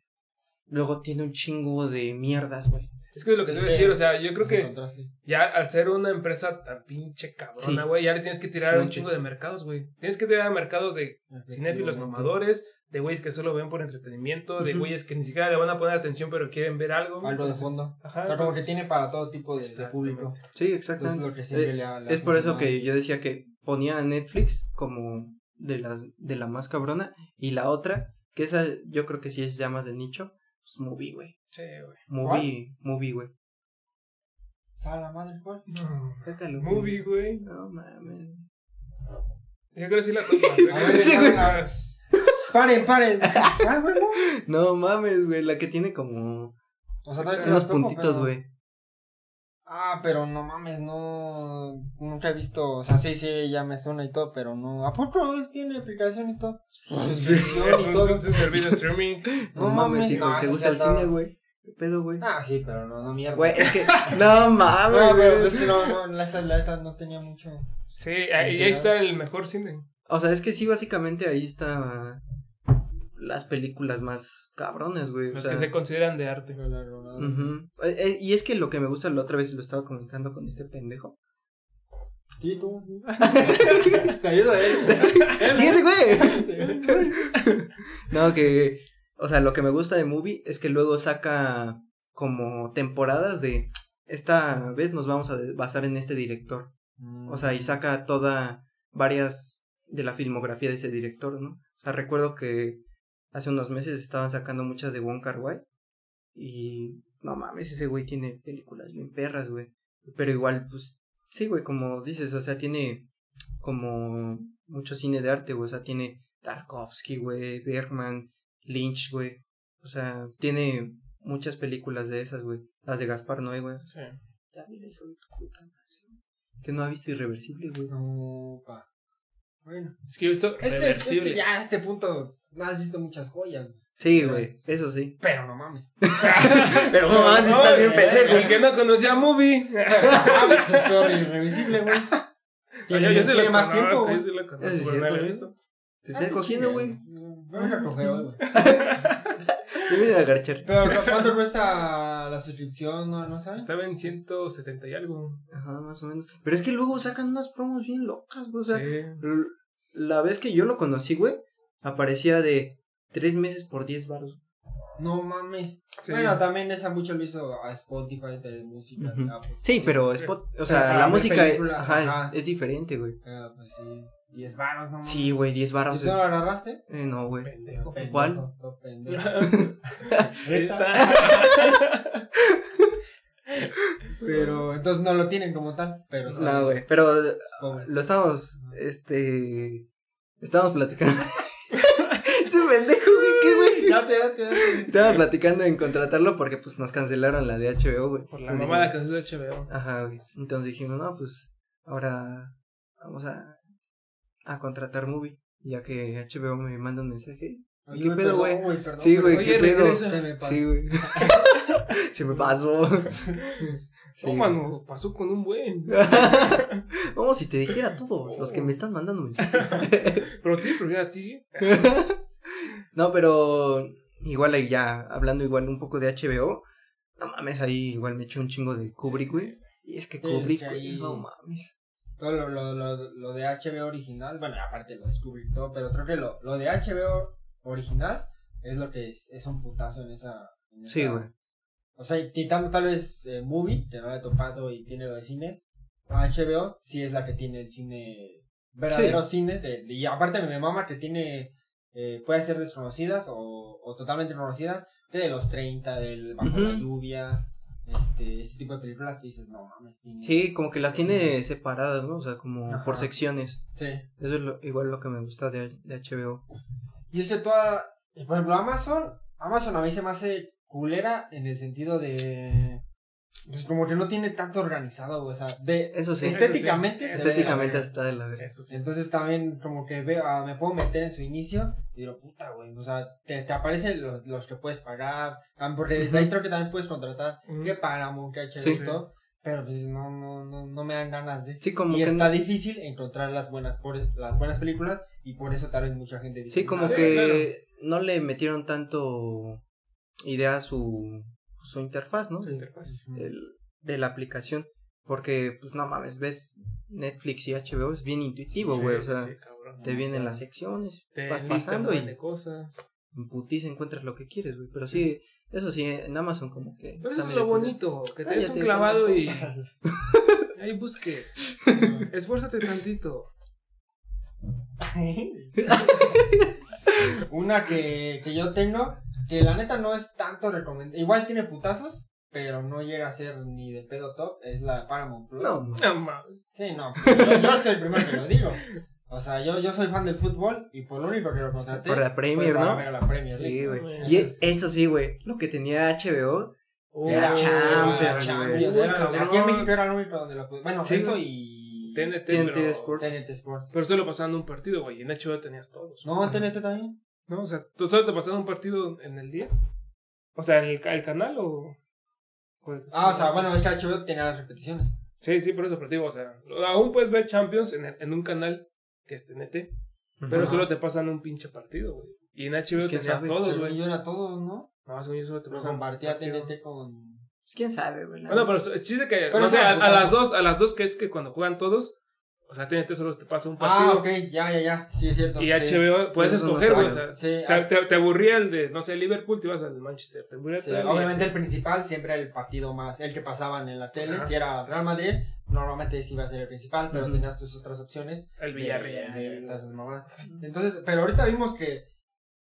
S3: luego tiene un chingo de mierdas, güey.
S1: Es que lo que te voy
S4: Es
S1: a
S4: que-
S1: decir, o sea, yo creo que
S4: Encontraste.
S1: ya al ser una empresa tan pinche cabrona,
S3: Sí.
S1: güey, ya le tienes que tirar
S3: Sí,
S1: un
S3: sí.
S1: chingo de mercados, güey. Tienes que tirar a mercados de cinéfilos mamadores, de güeyes que solo ven por entretenimiento, de
S3: Ujú.
S1: güeyes que ni siquiera le van a poner atención pero quieren ver algo.
S4: Algo de
S1: entonces-
S4: fondo.
S1: Ajá,
S4: Pero como que
S3: pues,
S1: entonces-
S4: tiene para todo tipo de- de,
S1: Exactamente.
S4: público.
S3: Sí,
S4: Entonces,
S3: exactamente.
S4: lo que siempre
S3: Eh,
S4: le ha- le ha
S3: es por eso
S4: funcionado.
S3: que yo decía que ponía a Netflix como de la, de la más cabrona y la otra, que esa yo creo que sí es ya más de nicho, pues Movie, güey.
S1: Sí, güey.
S3: Movie, Movie, güey.
S4: ¿Sabe la madre cuál?
S3: Sácalo. güey.
S1: Movie, güey.
S3: No mames.
S1: Yo creo que sí la tomo.
S4: A ver,
S3: Sí,
S4: a
S3: güey.
S4: ver, a ver. Paren, paren. Ah, güey, no.
S3: No mames, güey, la que tiene como
S4: O sea, tal vez sí
S3: unos
S4: la tomo,
S3: puntitos,
S4: pero-
S3: güey.
S4: Ah, pero no mames, no. Nunca he visto. O sea, sí, sí, ya me suena y todo, pero no. ¿A poco él tiene aplicación y todo? Suscripción
S1: Es
S4: y
S1: un,
S4: todo.
S1: es un servicio de streaming.
S3: No,
S4: pues, No
S3: mames,
S4: mames,
S3: hijo,
S4: no,
S3: ¿te
S4: eso
S3: gusta
S4: sí
S3: el
S4: andaba.
S3: cine, güey? ¿Qué pedo, güey?
S4: Ah, sí, pero no, no mierda.
S3: Güey, es que. No
S4: no,
S3: mames,
S4: pero
S3: güey.
S4: es que no, no, la esa la neta no tenía mucho.
S1: Sí, ahí, ahí está el mejor cine.
S3: O sea, es que sí, básicamente ahí está. Las películas más cabrones, güey. o
S1: Los
S3: sea,
S1: que se consideran de arte.
S4: pero la verdad.
S3: ujú. Eh, eh, Y es que lo que me gusta, la otra vez lo estaba comentando con este pendejo.
S4: Sí, tú. Te ayudo, eh.
S3: ¡Sí, ese güey! No, que. O sea, lo que me gusta de Movie es que luego saca como temporadas de. Esta vez nos vamos a basar en este director. O sea, y saca toda varias de la filmografía de ese director, ¿no? O sea, recuerdo que hace unos meses estaban sacando muchas de Wong Kar Wai y no mames, ese güey tiene películas bien perras, güey. Pero igual, pues sí, güey, como dices, o sea, tiene como mucho cine de arte, güey, o sea, tiene Tarkovsky, güey, Bergman, Lynch, güey. O sea, tiene muchas películas de esas, güey. Las de Gaspar Noé, güey.
S1: Sí.
S3: Ya, mira, hijo de tu puta madre. Que no ha visto irreversible, güey.
S4: No, pa. Bueno.
S1: Es que yo he visto
S4: Es que, es
S1: Reversible.
S4: que ya a este punto has visto muchas joyas,
S3: Sí,
S4: Pero-
S3: güey, eso sí.
S4: pero no mames.
S3: Pero no ah, mames,
S1: No, ah,
S3: estás bien
S1: el-
S3: pendejo.
S1: El que no conocía a Movie.
S4: Ah, pues es peor irreversible, güey.
S1: Oye,
S4: Tiene,
S1: yo se
S4: tiene
S1: lo
S4: más
S1: conozco,
S4: tiempo.
S1: Yo
S4: güey.
S1: se lo conozco,
S3: Eso es
S1: pero no
S3: cierto,
S1: lo he
S3: ¿eh?
S1: visto.
S3: Te
S1: Ah,
S3: está cogiendo, güey.
S4: Vamos a coger, güey.
S3: Te viene a agarchar.
S4: Pero ¿cu- ¿cuánto cuesta la suscripción? ¿No, no sabes?
S1: Estaba en 170 y algo.
S3: Ajá, más o menos. Pero es que luego sacan unas promos bien locas, güey. O sea,
S1: Sí.
S3: l- la vez que yo lo conocí, güey, aparecía de tres meses por 10 baros.
S4: No mames.
S1: Sí.
S4: Bueno, también esa mucho lo hizo a Spotify de música.
S3: Ujú.
S4: ah, pues,
S3: Sí, pero
S1: Sí.
S3: Spot, o
S4: Pero
S3: sea,
S4: para
S3: la
S4: ver
S3: música
S4: película,
S3: ajá, es-
S4: ajá.
S3: Es, diferente, güey.
S4: Ah, pues sí. 10 varos, no mames.
S3: Sí, güey, 10
S4: ¿Y
S3: baros
S4: tú
S3: es...
S4: no la agarraste?
S3: eh, no, güey.
S1: Pendejo.
S4: Pendejo,
S3: ¿Cuál?
S4: todo pendejo.
S1: Ahí
S4: Esta.
S1: está.
S4: Pero entonces no lo tienen como tal. Pero
S3: No, güey, pero
S4: Pobre.
S3: lo estábamos, este... Estábamos platicando. Ese pendejo, güey, qué güey.
S4: Ya te, ya te, ya te.
S3: Estábamos platicando en contratarlo porque, pues, nos cancelaron la de HBO, güey.
S1: Por la
S3: Entonces
S1: mamada
S3: dijimos-
S1: que es de HBO.
S3: Ajá, güey. Entonces dijimos, no, pues, ahora vamos a, a contratar Movie. Ya que HBO me manda un mensaje.
S4: Ay,
S3: ¿Qué
S4: güey,
S3: pedo, güey?
S4: perdón, perdón,
S3: Sí, güey,
S4: perdón.
S1: Oye,
S3: qué pedo.
S1: regresa.
S4: Se me pasó.
S3: Sí, güey. Se me pasó. Sí,
S1: No,
S3: güey.
S1: mano, pasó con un buen.
S3: Vamos, si te dijera todo, los que me están mandando mensajes.
S1: Pero te prioridad a ti.
S3: No, pero igual ahí ya, hablando igual un poco de HBO, no mames, ahí igual me eché un chingo de Kubrick, güey. Y es que
S4: Sí, es que
S3: Kubrick, güey,
S4: ahí-
S3: no mames.
S4: Todo lo, lo, lo, lo de HBO original, bueno, aparte lo descubrí y todo, pero creo que lo, lo de HBO original es lo que es, es un putazo en esa. en
S3: Sí,
S4: esa-
S3: güey.
S4: O sea, quitando tal vez eh, Movie, que no he topado y tiene lo de cine, HBO sí es la que tiene el cine, verdadero cine, de- y aparte me mama que tiene, eh, puede ser desconocidas o, o totalmente conocidas, de los 30, del Bajo la
S3: Ujú.
S4: Lluvia, este, ese tipo de películas que dices, no mames, tiene-
S3: Sí, como que las tiene separadas, ¿no? O sea, como por
S4: Ajá.
S3: secciones.
S4: sí.
S3: Eso es lo- igual lo que me gusta de, de HBO.
S4: Y es que toda. eh, Por ejemplo, Amazon. Amazon a mí se me hace culera en el sentido de. Pues como que no tiene tanto organizado, güey, O sea, de.
S3: Eso sí,
S1: Este-
S4: Estéticamente.
S1: Eso sí.
S4: se ve de la
S3: estéticamente
S4: verga.
S3: está de la verga.
S1: Eso sí.
S4: Entonces también como que veo, ah, me puedo meter en su inicio y digo, puta, güey, o sea, te, te aparecen los, los que puedes pagar, también porque desde ahí
S3: Ujú.
S4: creo que también puedes contratar,
S1: Ujú.
S4: que Paramount, que HBO
S3: Sí.
S4: y todo, pero pues no, no, no, no me dan ganas de...
S3: Sí, como
S4: y
S3: que
S4: está
S3: no-
S4: difícil encontrar las buenas, por, las buenas películas y por eso tal vez mucha gente dice...
S3: Sí, como
S1: Sí,
S3: que no le metieron tanto idea a su, su interfaz, ¿no? De,
S1: Interfaz.
S4: Ujú.
S3: del- de la aplicación. Porque, pues no mames, ves Netflix y HBO, es bien intuitivo,
S1: Sí,
S3: güey. o
S1: sí,
S3: sea,
S1: sí, cabrón.
S3: te
S4: o
S3: vienen
S4: sea,
S3: las secciones,
S1: Te
S3: vas
S1: enlistan
S3: pasando
S1: un
S3: y
S1: buen de cosas.
S3: en putiza encuentras lo que quieres, güey. Pero sí, eso sí, en Amazon como que...
S1: Pero
S3: está
S1: Pues eso es
S3: medio
S1: lo
S3: culero.
S1: bonito, que te des un
S3: Cállate,
S1: clavado y
S3: pendejo.
S1: ahí busques.
S4: Ujú.
S1: Esfuérzate tantito.
S4: Una que, que yo tengo, que la neta no es tanto recomendable. Igual tiene putazos, pero no llega a ser ni de pedo top. Es la de Paramount Plus.
S3: No, mames.
S1: No mames.
S4: Sí, no. Yo, yo soy el primero que lo digo. O sea, yo, yo soy fan del fútbol y por lo único que lo contraté.
S3: Por la
S4: fue
S3: Premier,
S1: pues,
S4: para
S3: ¿no?
S4: ver a la Premier League.
S3: Sí, güey.
S1: güey.
S3: Y
S4: Entonces,
S3: eso sí, güey, lo que tenía HBO,
S1: Oh,
S3: Era
S4: era-
S3: Champions,
S4: era
S3: güey.
S4: Champions,
S1: Uy,
S4: era-
S1: cabrón.
S4: Aquí en México era el único donde lo pude. Bueno,
S3: Sí,
S4: eso
S3: güey.
S4: y.
S1: TNT,
S3: TNT
S1: pero-
S3: Sports.
S4: TNT Sports.
S1: Pero solo pasando un partido, güey. y En HBO tenías todos.
S4: No, en TNT también.
S1: No, o sea, ¿tú solo te pasaron un partido en el día? O sea, ¿en el, ca- el canal o...? o-
S4: Ah, o sea, bueno, es que HBO tenía las repeticiones.
S1: Sí, sí, por eso, pero te digo, o sea, aún puedes ver Champions en, en un canal que es TNT, pero
S4: Ajá.
S1: solo te pasan un pinche partido, güey. Y en HBO
S3: quién
S1: tenías
S3: sabe,
S1: todos,
S4: Según
S1: güey.
S4: yo era todo, ¿no?
S1: No, según yo solo te
S4: Lo
S1: pasan
S4: compartía
S1: partido.
S4: TNT con.
S3: pues quién sabe, güey. la
S1: Bueno,
S3: neta.
S1: Ah, pero el chiste que,
S4: Pero
S1: no
S4: es
S1: sé, a,
S4: una
S1: a
S4: putazo.
S1: las dos, a las dos que es que cuando juegan todos, o sea, TNT solo te pasa un
S4: Ah,
S1: partido
S4: ok, ya, ya, ya. Sí, es cierto.
S1: y
S4: sí.
S1: HBO puedes
S3: Eso no
S1: escoger, güey, o
S3: saben.
S1: sea,
S4: Sí,
S1: te,
S4: ah,
S1: te, te aburría el de, no sé, Liverpool, te ibas al Manchester, te aburría
S4: sí,
S1: tal, y
S4: obviamente el
S1: así.
S4: principal siempre era el partido más. El que pasaban en la tele.
S1: Ajá.
S4: Si era Real Madrid, normalmente sí iba a ser el principal, pero
S3: Ujú.
S4: tenías tus otras opciones.
S1: el
S4: de-
S1: Villarreal.
S4: de- de todas esas mamadas. Entonces, pero ahorita vimos que.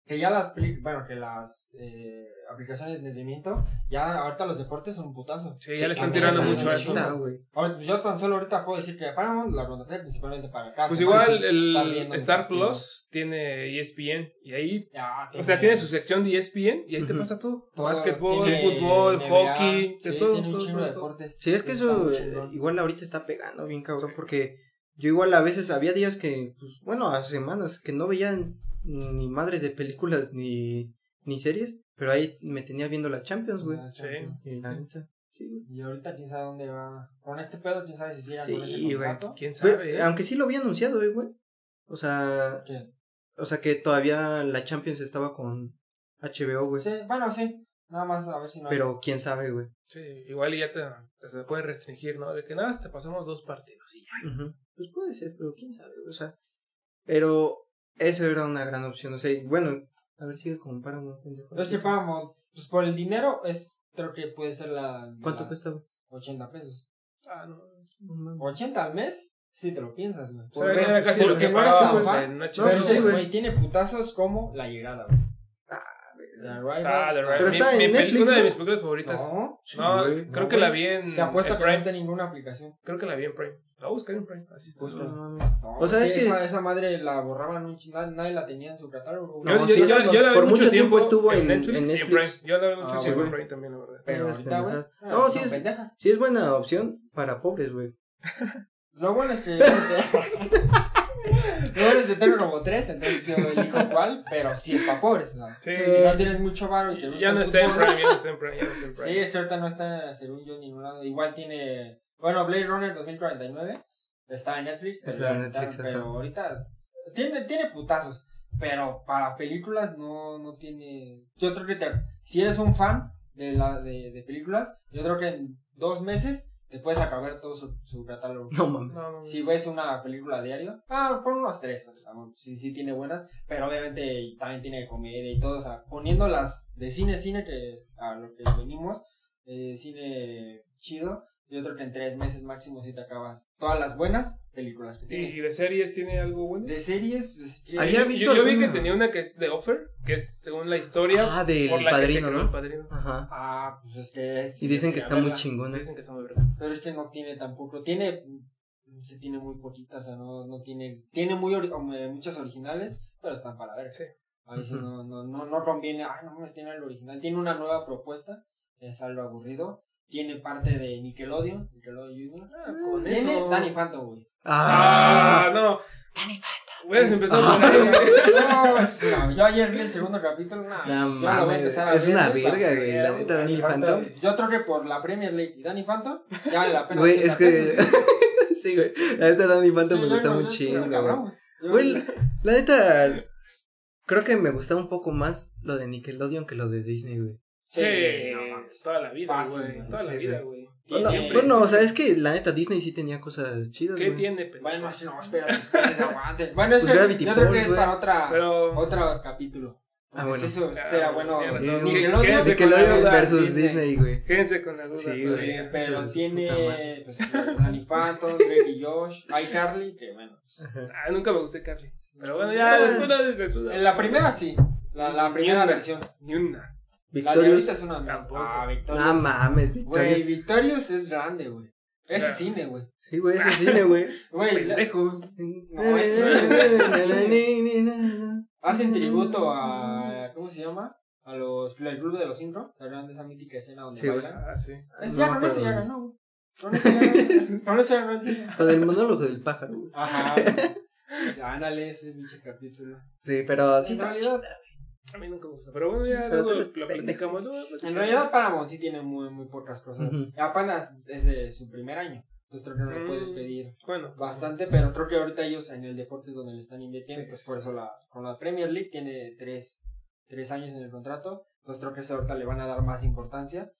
S4: Que ya las peli- bueno, que las eh, aplicaciones de entretenimiento, ya ahorita los deportes son un putazo.
S1: Sí, ya le
S4: a
S1: están
S4: mí
S1: tirando
S4: esa
S1: mucho a
S4: me
S1: eso.
S4: chida,
S3: Está, güey.
S4: Ahora, pues, yo tan solo ahorita puedo decir que Paramount la contraté principalmente para acá.
S1: Pues
S4: Sí, sí,
S1: igual
S4: sí, estar
S1: el
S4: viendo
S1: Star
S4: mis partidos.
S1: Plus tiene E ESPN y ahí,
S4: Ya,
S1: o sea, tiene su sección de E ESPN y ahí te
S3: Ujú.
S1: pasa todo.
S4: Todo,
S1: Básquetbol,
S4: tiene
S1: fútbol,
S4: NBA,
S1: hockey,
S4: sí,
S1: de todo,
S4: tiene un
S1: todo,
S4: chingo
S1: todo,
S4: de
S1: todo.
S4: deportes.
S3: Sí, es que
S4: Está
S3: eso
S4: muy
S3: eh,
S4: chingón.
S3: igual ahorita está pegando bien cabrón
S1: Sí.
S3: porque yo igual a veces había días que, pues, bueno, hace semanas que no veía ni madres de películas ni, ni series, pero ahí me tenía viendo la Champions, Pues, güey.
S4: Ah,
S1: Sí.
S4: chingón.
S3: Y la neta, sí, güey.
S4: Y ahorita quién sabe dónde va. Con este pedo, quién sabe si siga
S3: Sí,
S4: con ese
S3: güey.
S4: contrato.
S1: ¿Quién
S3: Pero,
S1: sabe? eh?
S3: aunque sí lo había anunciado, eh, güey. O sea,
S4: Que-
S3: o sea que todavía la Champions estaba con HBO, güey.
S4: pues, sí, bueno, sí. Nada más a ver si no. hay-
S3: Pero quién sabe, güey.
S1: Sí, igual y ya te, te se puede restringir, ¿no? De que nada, te pasamos dos partidos y ya.
S3: Ujú. Pues puede ser, pero quién sabe, o sea. Pero eso era una gran opción, o sea, y bueno, a ver, sigue con Paramount. pendejo.
S4: Es que Paramount Pues por el dinero es, creo que puede ser la...
S3: ¿Cuánto
S4: las
S3: cuesta?
S4: 80 pesos.
S1: Ah, no. es-
S4: ¿80 al mes? Sí, te lo piensas, güey.
S1: O sea,
S4: Por ver-
S1: era casi lo
S4: porque
S1: que
S4: no eres tan
S1: pagábamos
S4: fan.
S1: en una
S3: No, pues,
S4: Pero
S1: chingadera.
S3: sí,
S4: ese
S3: güey.
S4: güey tiene putazos como la llegada, güey. The Arrival.
S1: Ah, The Right.
S3: Pero
S1: Mi-
S3: está en
S1: mi pel-
S3: Netflix,
S1: Una de
S3: ¿no?
S1: mis películas favoritas.
S4: No,
S1: No,
S3: Sí, güey.
S1: creo
S4: No,
S1: que
S4: güey.
S1: la vi en,
S4: te apuesto
S1: en
S4: que no
S1: Prime.
S4: está en ninguna aplicación.
S1: Creo que la vi en Prime. La busqué en Prime. Así está.
S4: Justo.
S1: No.
S4: No,
S3: O sea,
S4: es
S3: es
S4: que
S3: que-
S4: esa, esa madre la borraban un chingado, nadie la tenía en su catálogo. güey.
S1: Yo,
S3: No,
S1: yo-
S3: sí,
S1: yo- yo la vi
S3: por mucho tiempo estuvo en-
S1: Netflix,
S3: en
S1: y
S3: Netflix.
S1: Prime. Yo la vi mucho
S4: Ah,
S1: tiempo
S3: bueno.
S1: en Prime también, la verdad.
S4: Pero
S3: Unas
S4: ahorita, güey.
S3: pendejadas.
S4: ah,
S3: No, sí
S4: son
S3: es-
S4: pendejas.
S3: Sí, es buena opción para pobres, güey.
S4: Lo bueno es que. Lo bueno es que tengo Robo 3, entonces yo elijo cuál, pero sí es para pobres. ¿no?
S1: Sí,
S4: Si
S3: Eh,
S4: no tienes mucho varo y te gusta
S1: ya
S4: el
S1: no está en
S4: fútbol,
S1: Prime, ya no está en Prime, ya no está en Prime.
S4: Sí, es que ahorita no está, según yo, en ningún lado. Igual tiene. Bueno, Blade Runner 2049 está en Netflix. pero
S3: Está en
S4: la neta,
S3: Netflix,
S4: Pero
S3: ajá.
S4: ahorita. Tiene, tiene putazos. Pero para películas no, no tiene. Yo creo que te- si eres un fan de, la, de, de películas, yo creo que en dos meses te puedes acabar todo su, su catálogo.
S3: No mames.
S1: No, no,
S4: Si ves una película a diario, ah, pon unos tres. o sea, sí, sí tiene buenas, pero obviamente también tiene comedia y todo. O sea, poniendo las de cine, cine que a lo que venimos, eh, cine chido. Yo creo que en tres meses máximo si te acabas todas las buenas películas que
S1: ¿Y,
S4: tiene.
S1: y de series tiene algo bueno?
S4: De series, pues, que-
S3: Había
S1: Yo-
S3: visto
S1: yo, vi que
S3: alguna.
S1: tenía una que es de Offer, que es según la historia
S3: Ah,
S1: por
S3: del
S1: la que se
S3: padrino,
S1: creó el
S3: ¿no?
S1: padrino.
S3: Ajá.
S4: Ah, pues es que es.
S3: Y dicen
S4: es
S3: que
S4: a
S3: está muy
S4: verla.
S3: chingona.
S1: Dicen que está muy verga.
S4: Pero es que no tiene tampoco. Tiene. Se tiene muy poquitas, o sea, no, no tiene. Tiene muy ori- o- eh, muchas originales, pero están para ver.
S1: Sí.
S4: A veces
S3: Ujú.
S4: no, no, no, no conviene. Ah, no mames, tiene algo original. Tiene una nueva propuesta, es algo aburrido. Tiene parte de Nickelodeon, Nickelodeon Junior.
S1: Ah, con
S4: tiene
S1: eso.
S4: Danny Phantom, güey.
S1: Ah,
S3: Ah,
S1: no. Güey, se empezó
S3: Ah.
S1: por ahí.
S4: No, pues, no, yo ayer vi el segundo capítulo. nah,
S3: Ah, No
S4: yo la voy a
S3: mames,
S4: empezar a
S3: es
S4: ver,
S3: una
S4: güey,
S3: verga,
S4: para
S3: güey,
S4: que
S3: la
S4: vea
S3: neta,
S4: Danny
S3: Danny Phantom.
S4: Yo creo que por la Premier League y Danny Phantom, ya vale la pena.
S3: Güey, es
S4: 80 pesos,
S3: que.
S4: güey.
S3: sí, güey. La neta, Danny Phantom me
S4: Sí,
S3: gusta
S4: yo-
S3: muy
S4: yo- yo-
S3: chingo, güey.
S4: cabrón, güey.
S3: Güey, la- la neta. Creo que me gusta un poco más lo de Nickelodeon que lo de Disney, güey.
S1: Sí,
S4: no mames.
S1: toda la vida,
S4: Fácil,
S1: güey.
S4: güey,
S1: Toda la
S3: sí,
S1: vida, güey.
S4: Tiene-
S3: Bueno,
S1: siempre-
S3: bueno, o sea, es que la neta Disney sí tenía cosas chidas,
S1: ¿Qué
S3: güey.
S1: tiene, pendejo?
S4: Bueno, así no, espérate, espérate, se aguante. Bueno, eso
S3: Pues Gravity
S4: yo creo que
S3: Falls,
S4: es
S3: güey.
S4: para otra,
S1: Pero.
S4: otro capítulo.
S3: Ah,
S4: Pues
S3: bueno.
S4: Eso
S1: Ah,
S4: será bueno.
S1: tienes
S3: razón.
S4: Nickelodeon
S1: Quédense con la
S3: Nickelodeon
S1: duda.
S3: versus Disney, güey.
S1: Quédense con la duda.
S3: Sí,
S4: pues, Sí,
S1: todavía.
S3: güey.
S4: pero
S3: Pues, puta
S4: tiene
S3: madre.
S4: pues, Danny Phantom, Drake y Josh, iCarly, que bueno. pues,
S1: Ah, nunca me gusté Carly. Pero bueno, ya
S3: Está
S1: después, la- después
S4: en la primera sí, la, la primera versión.
S1: Ni una.
S4: La de
S3: Victorious.
S4: ahorita es una
S1: Tampoco.
S4: Ah, Victorious.
S3: No mames,
S4: Güey,
S3: Victorious.
S4: Victorious es grande, güey. Es
S1: Ya.
S4: cine, güey.
S3: Sí, güey, eso es cine, güey.
S4: Güey, la-
S1: Pendejos.
S4: No, es
S3: Mm.
S4: Hacen tributo a. ¿Cómo se llama? A los. El club de los cinco. ¿Te acuerdan de esa mítica escena donde
S3: Sí, güey.
S4: bailan?
S1: Ah, sí.
S4: Es-
S3: No
S4: ya
S3: me
S4: con
S3: acuerdo
S4: eso ya
S3: de eso.
S4: ganó, güey. Con eso ya ganó. Con eso ya ganó el cine.
S3: Con el monólogo del pájaro, güey.
S4: Ajá. güey. Ándale ese pinche capítulo.
S3: Sí, pero Ah, sí
S4: en
S3: está
S4: realidad,
S1: A mí nunca me gusta. Pero bueno, ya
S3: Pero
S1: luego
S3: tú
S1: lo
S3: eres
S1: lo
S3: pendejo.
S1: platicamos. luego lo platicamos.
S4: en realidad Paramount sí tiene muy, muy pocas cosas.
S3: Ujú.
S4: Apenas desde su primer año. Entonces creo que no
S1: Mm.
S4: lo puedes pedir
S1: Bueno.
S4: bastante, pero creo que ahorita ellos en el deporte es donde le están invirtiendo.
S1: Sí,
S4: pues
S1: sí,
S4: por
S1: sí.
S4: eso la, con la Premier League tiene tres, tres años en el contrato. Pues creo que eso ahorita le van a dar más importancia.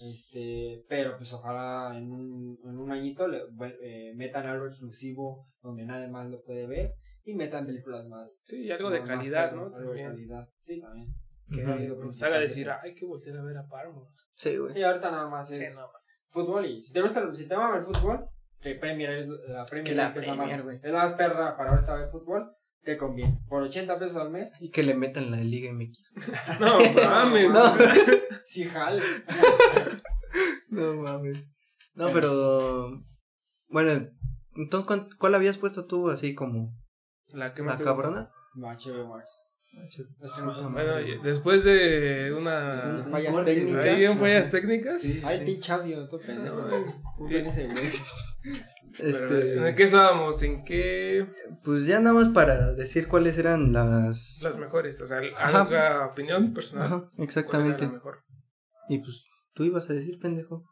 S4: Este, pero pues ojalá en un, en un añito le, vuel- eh, metan algo exclusivo donde nadie más lo puede ver y metan películas más.
S1: Sí, y algo de
S4: más-
S1: calidad,
S4: más-
S1: ¿no?
S4: Algo de
S1: También.
S4: calidad, sí, también.
S1: Que
S3: Ujú.
S1: nos haga decir, ay, hay que voltear a ver a Paramount.
S3: Sí, güey.
S4: Y ahorita nada más
S1: Sí,
S4: es
S1: no, man.
S4: fútbol y si te gusta, el- si te mama el fútbol, que Premier es la Premier,
S3: la
S4: League, es, la más,
S3: Premier, güey.
S4: es la más perra para ahorita ver fútbol, te conviene. Por 80 pesos al mes,
S3: Y que le metan la Liga MX.
S1: No, mames.
S3: No.
S4: sí jale.
S3: No mames. No, pero. Bueno, entonces, ¿cuán- ¿cuál habías puesto tú así como
S1: La que
S3: la
S1: más te gusta.
S3: cabrona?
S4: No, HBO Max. Este
S3: Ah,
S4: no-
S1: Bueno, y después de una.
S3: Un
S4: Fallas
S3: corte,
S4: técnicas.
S1: Ah, Ahí bien
S3: Ajá.
S1: fallas técnicas.
S3: Sí,
S4: Ay,
S3: sí.
S4: pinche audio, tú pendejo. Tú ven ese güey.
S1: Pero, ¿En
S3: Este,
S1: qué estábamos? ¿En qué?
S3: pues ya nada más para decir cuáles eran las.
S1: Las mejores. O sea, a
S3: Ajá.
S1: nuestra opinión personal.
S3: Ajá,
S1: ¿cuál era la
S3: exactamente.
S1: mejor?
S3: Y pues tú ibas a decir, pendejo.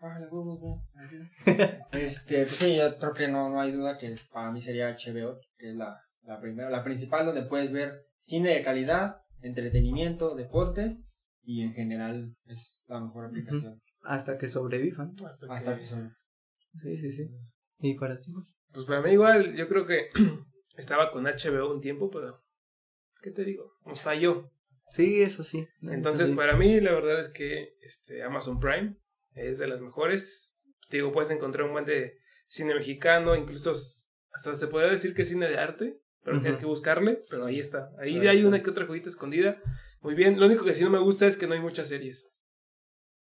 S4: Ah, la huevo, güey. Este, pues sí, yo creo que no, no hay duda que para mí sería HBO, que es la, la primera, la principal donde puedes ver cine de calidad, entretenimiento, deportes y en general es la mejor aplicación.
S3: Hasta que sobrevivan.
S1: Hasta
S4: Hasta
S1: que-
S4: que son-
S3: Sí, sí, sí. Y para ti.
S1: Pues para mí igual, yo creo que estaba con HBO un tiempo, pero ¿qué te digo? Nos falló.
S3: Sí, eso sí. la neta
S1: Entonces,
S3: sí.
S1: para mí, la verdad es que este, Amazon Prime es de las mejores. Te digo, puedes encontrar un buen de cine mexicano, incluso s- hasta se podría decir que es cine de arte, pero
S3: Ujú.
S1: tienes que buscarle, pero ahí está. Ahí
S4: Claro,
S1: hay
S4: está.
S1: una que otra joyita escondida. Muy bien, lo único que sí no me gusta es que no hay muchas series.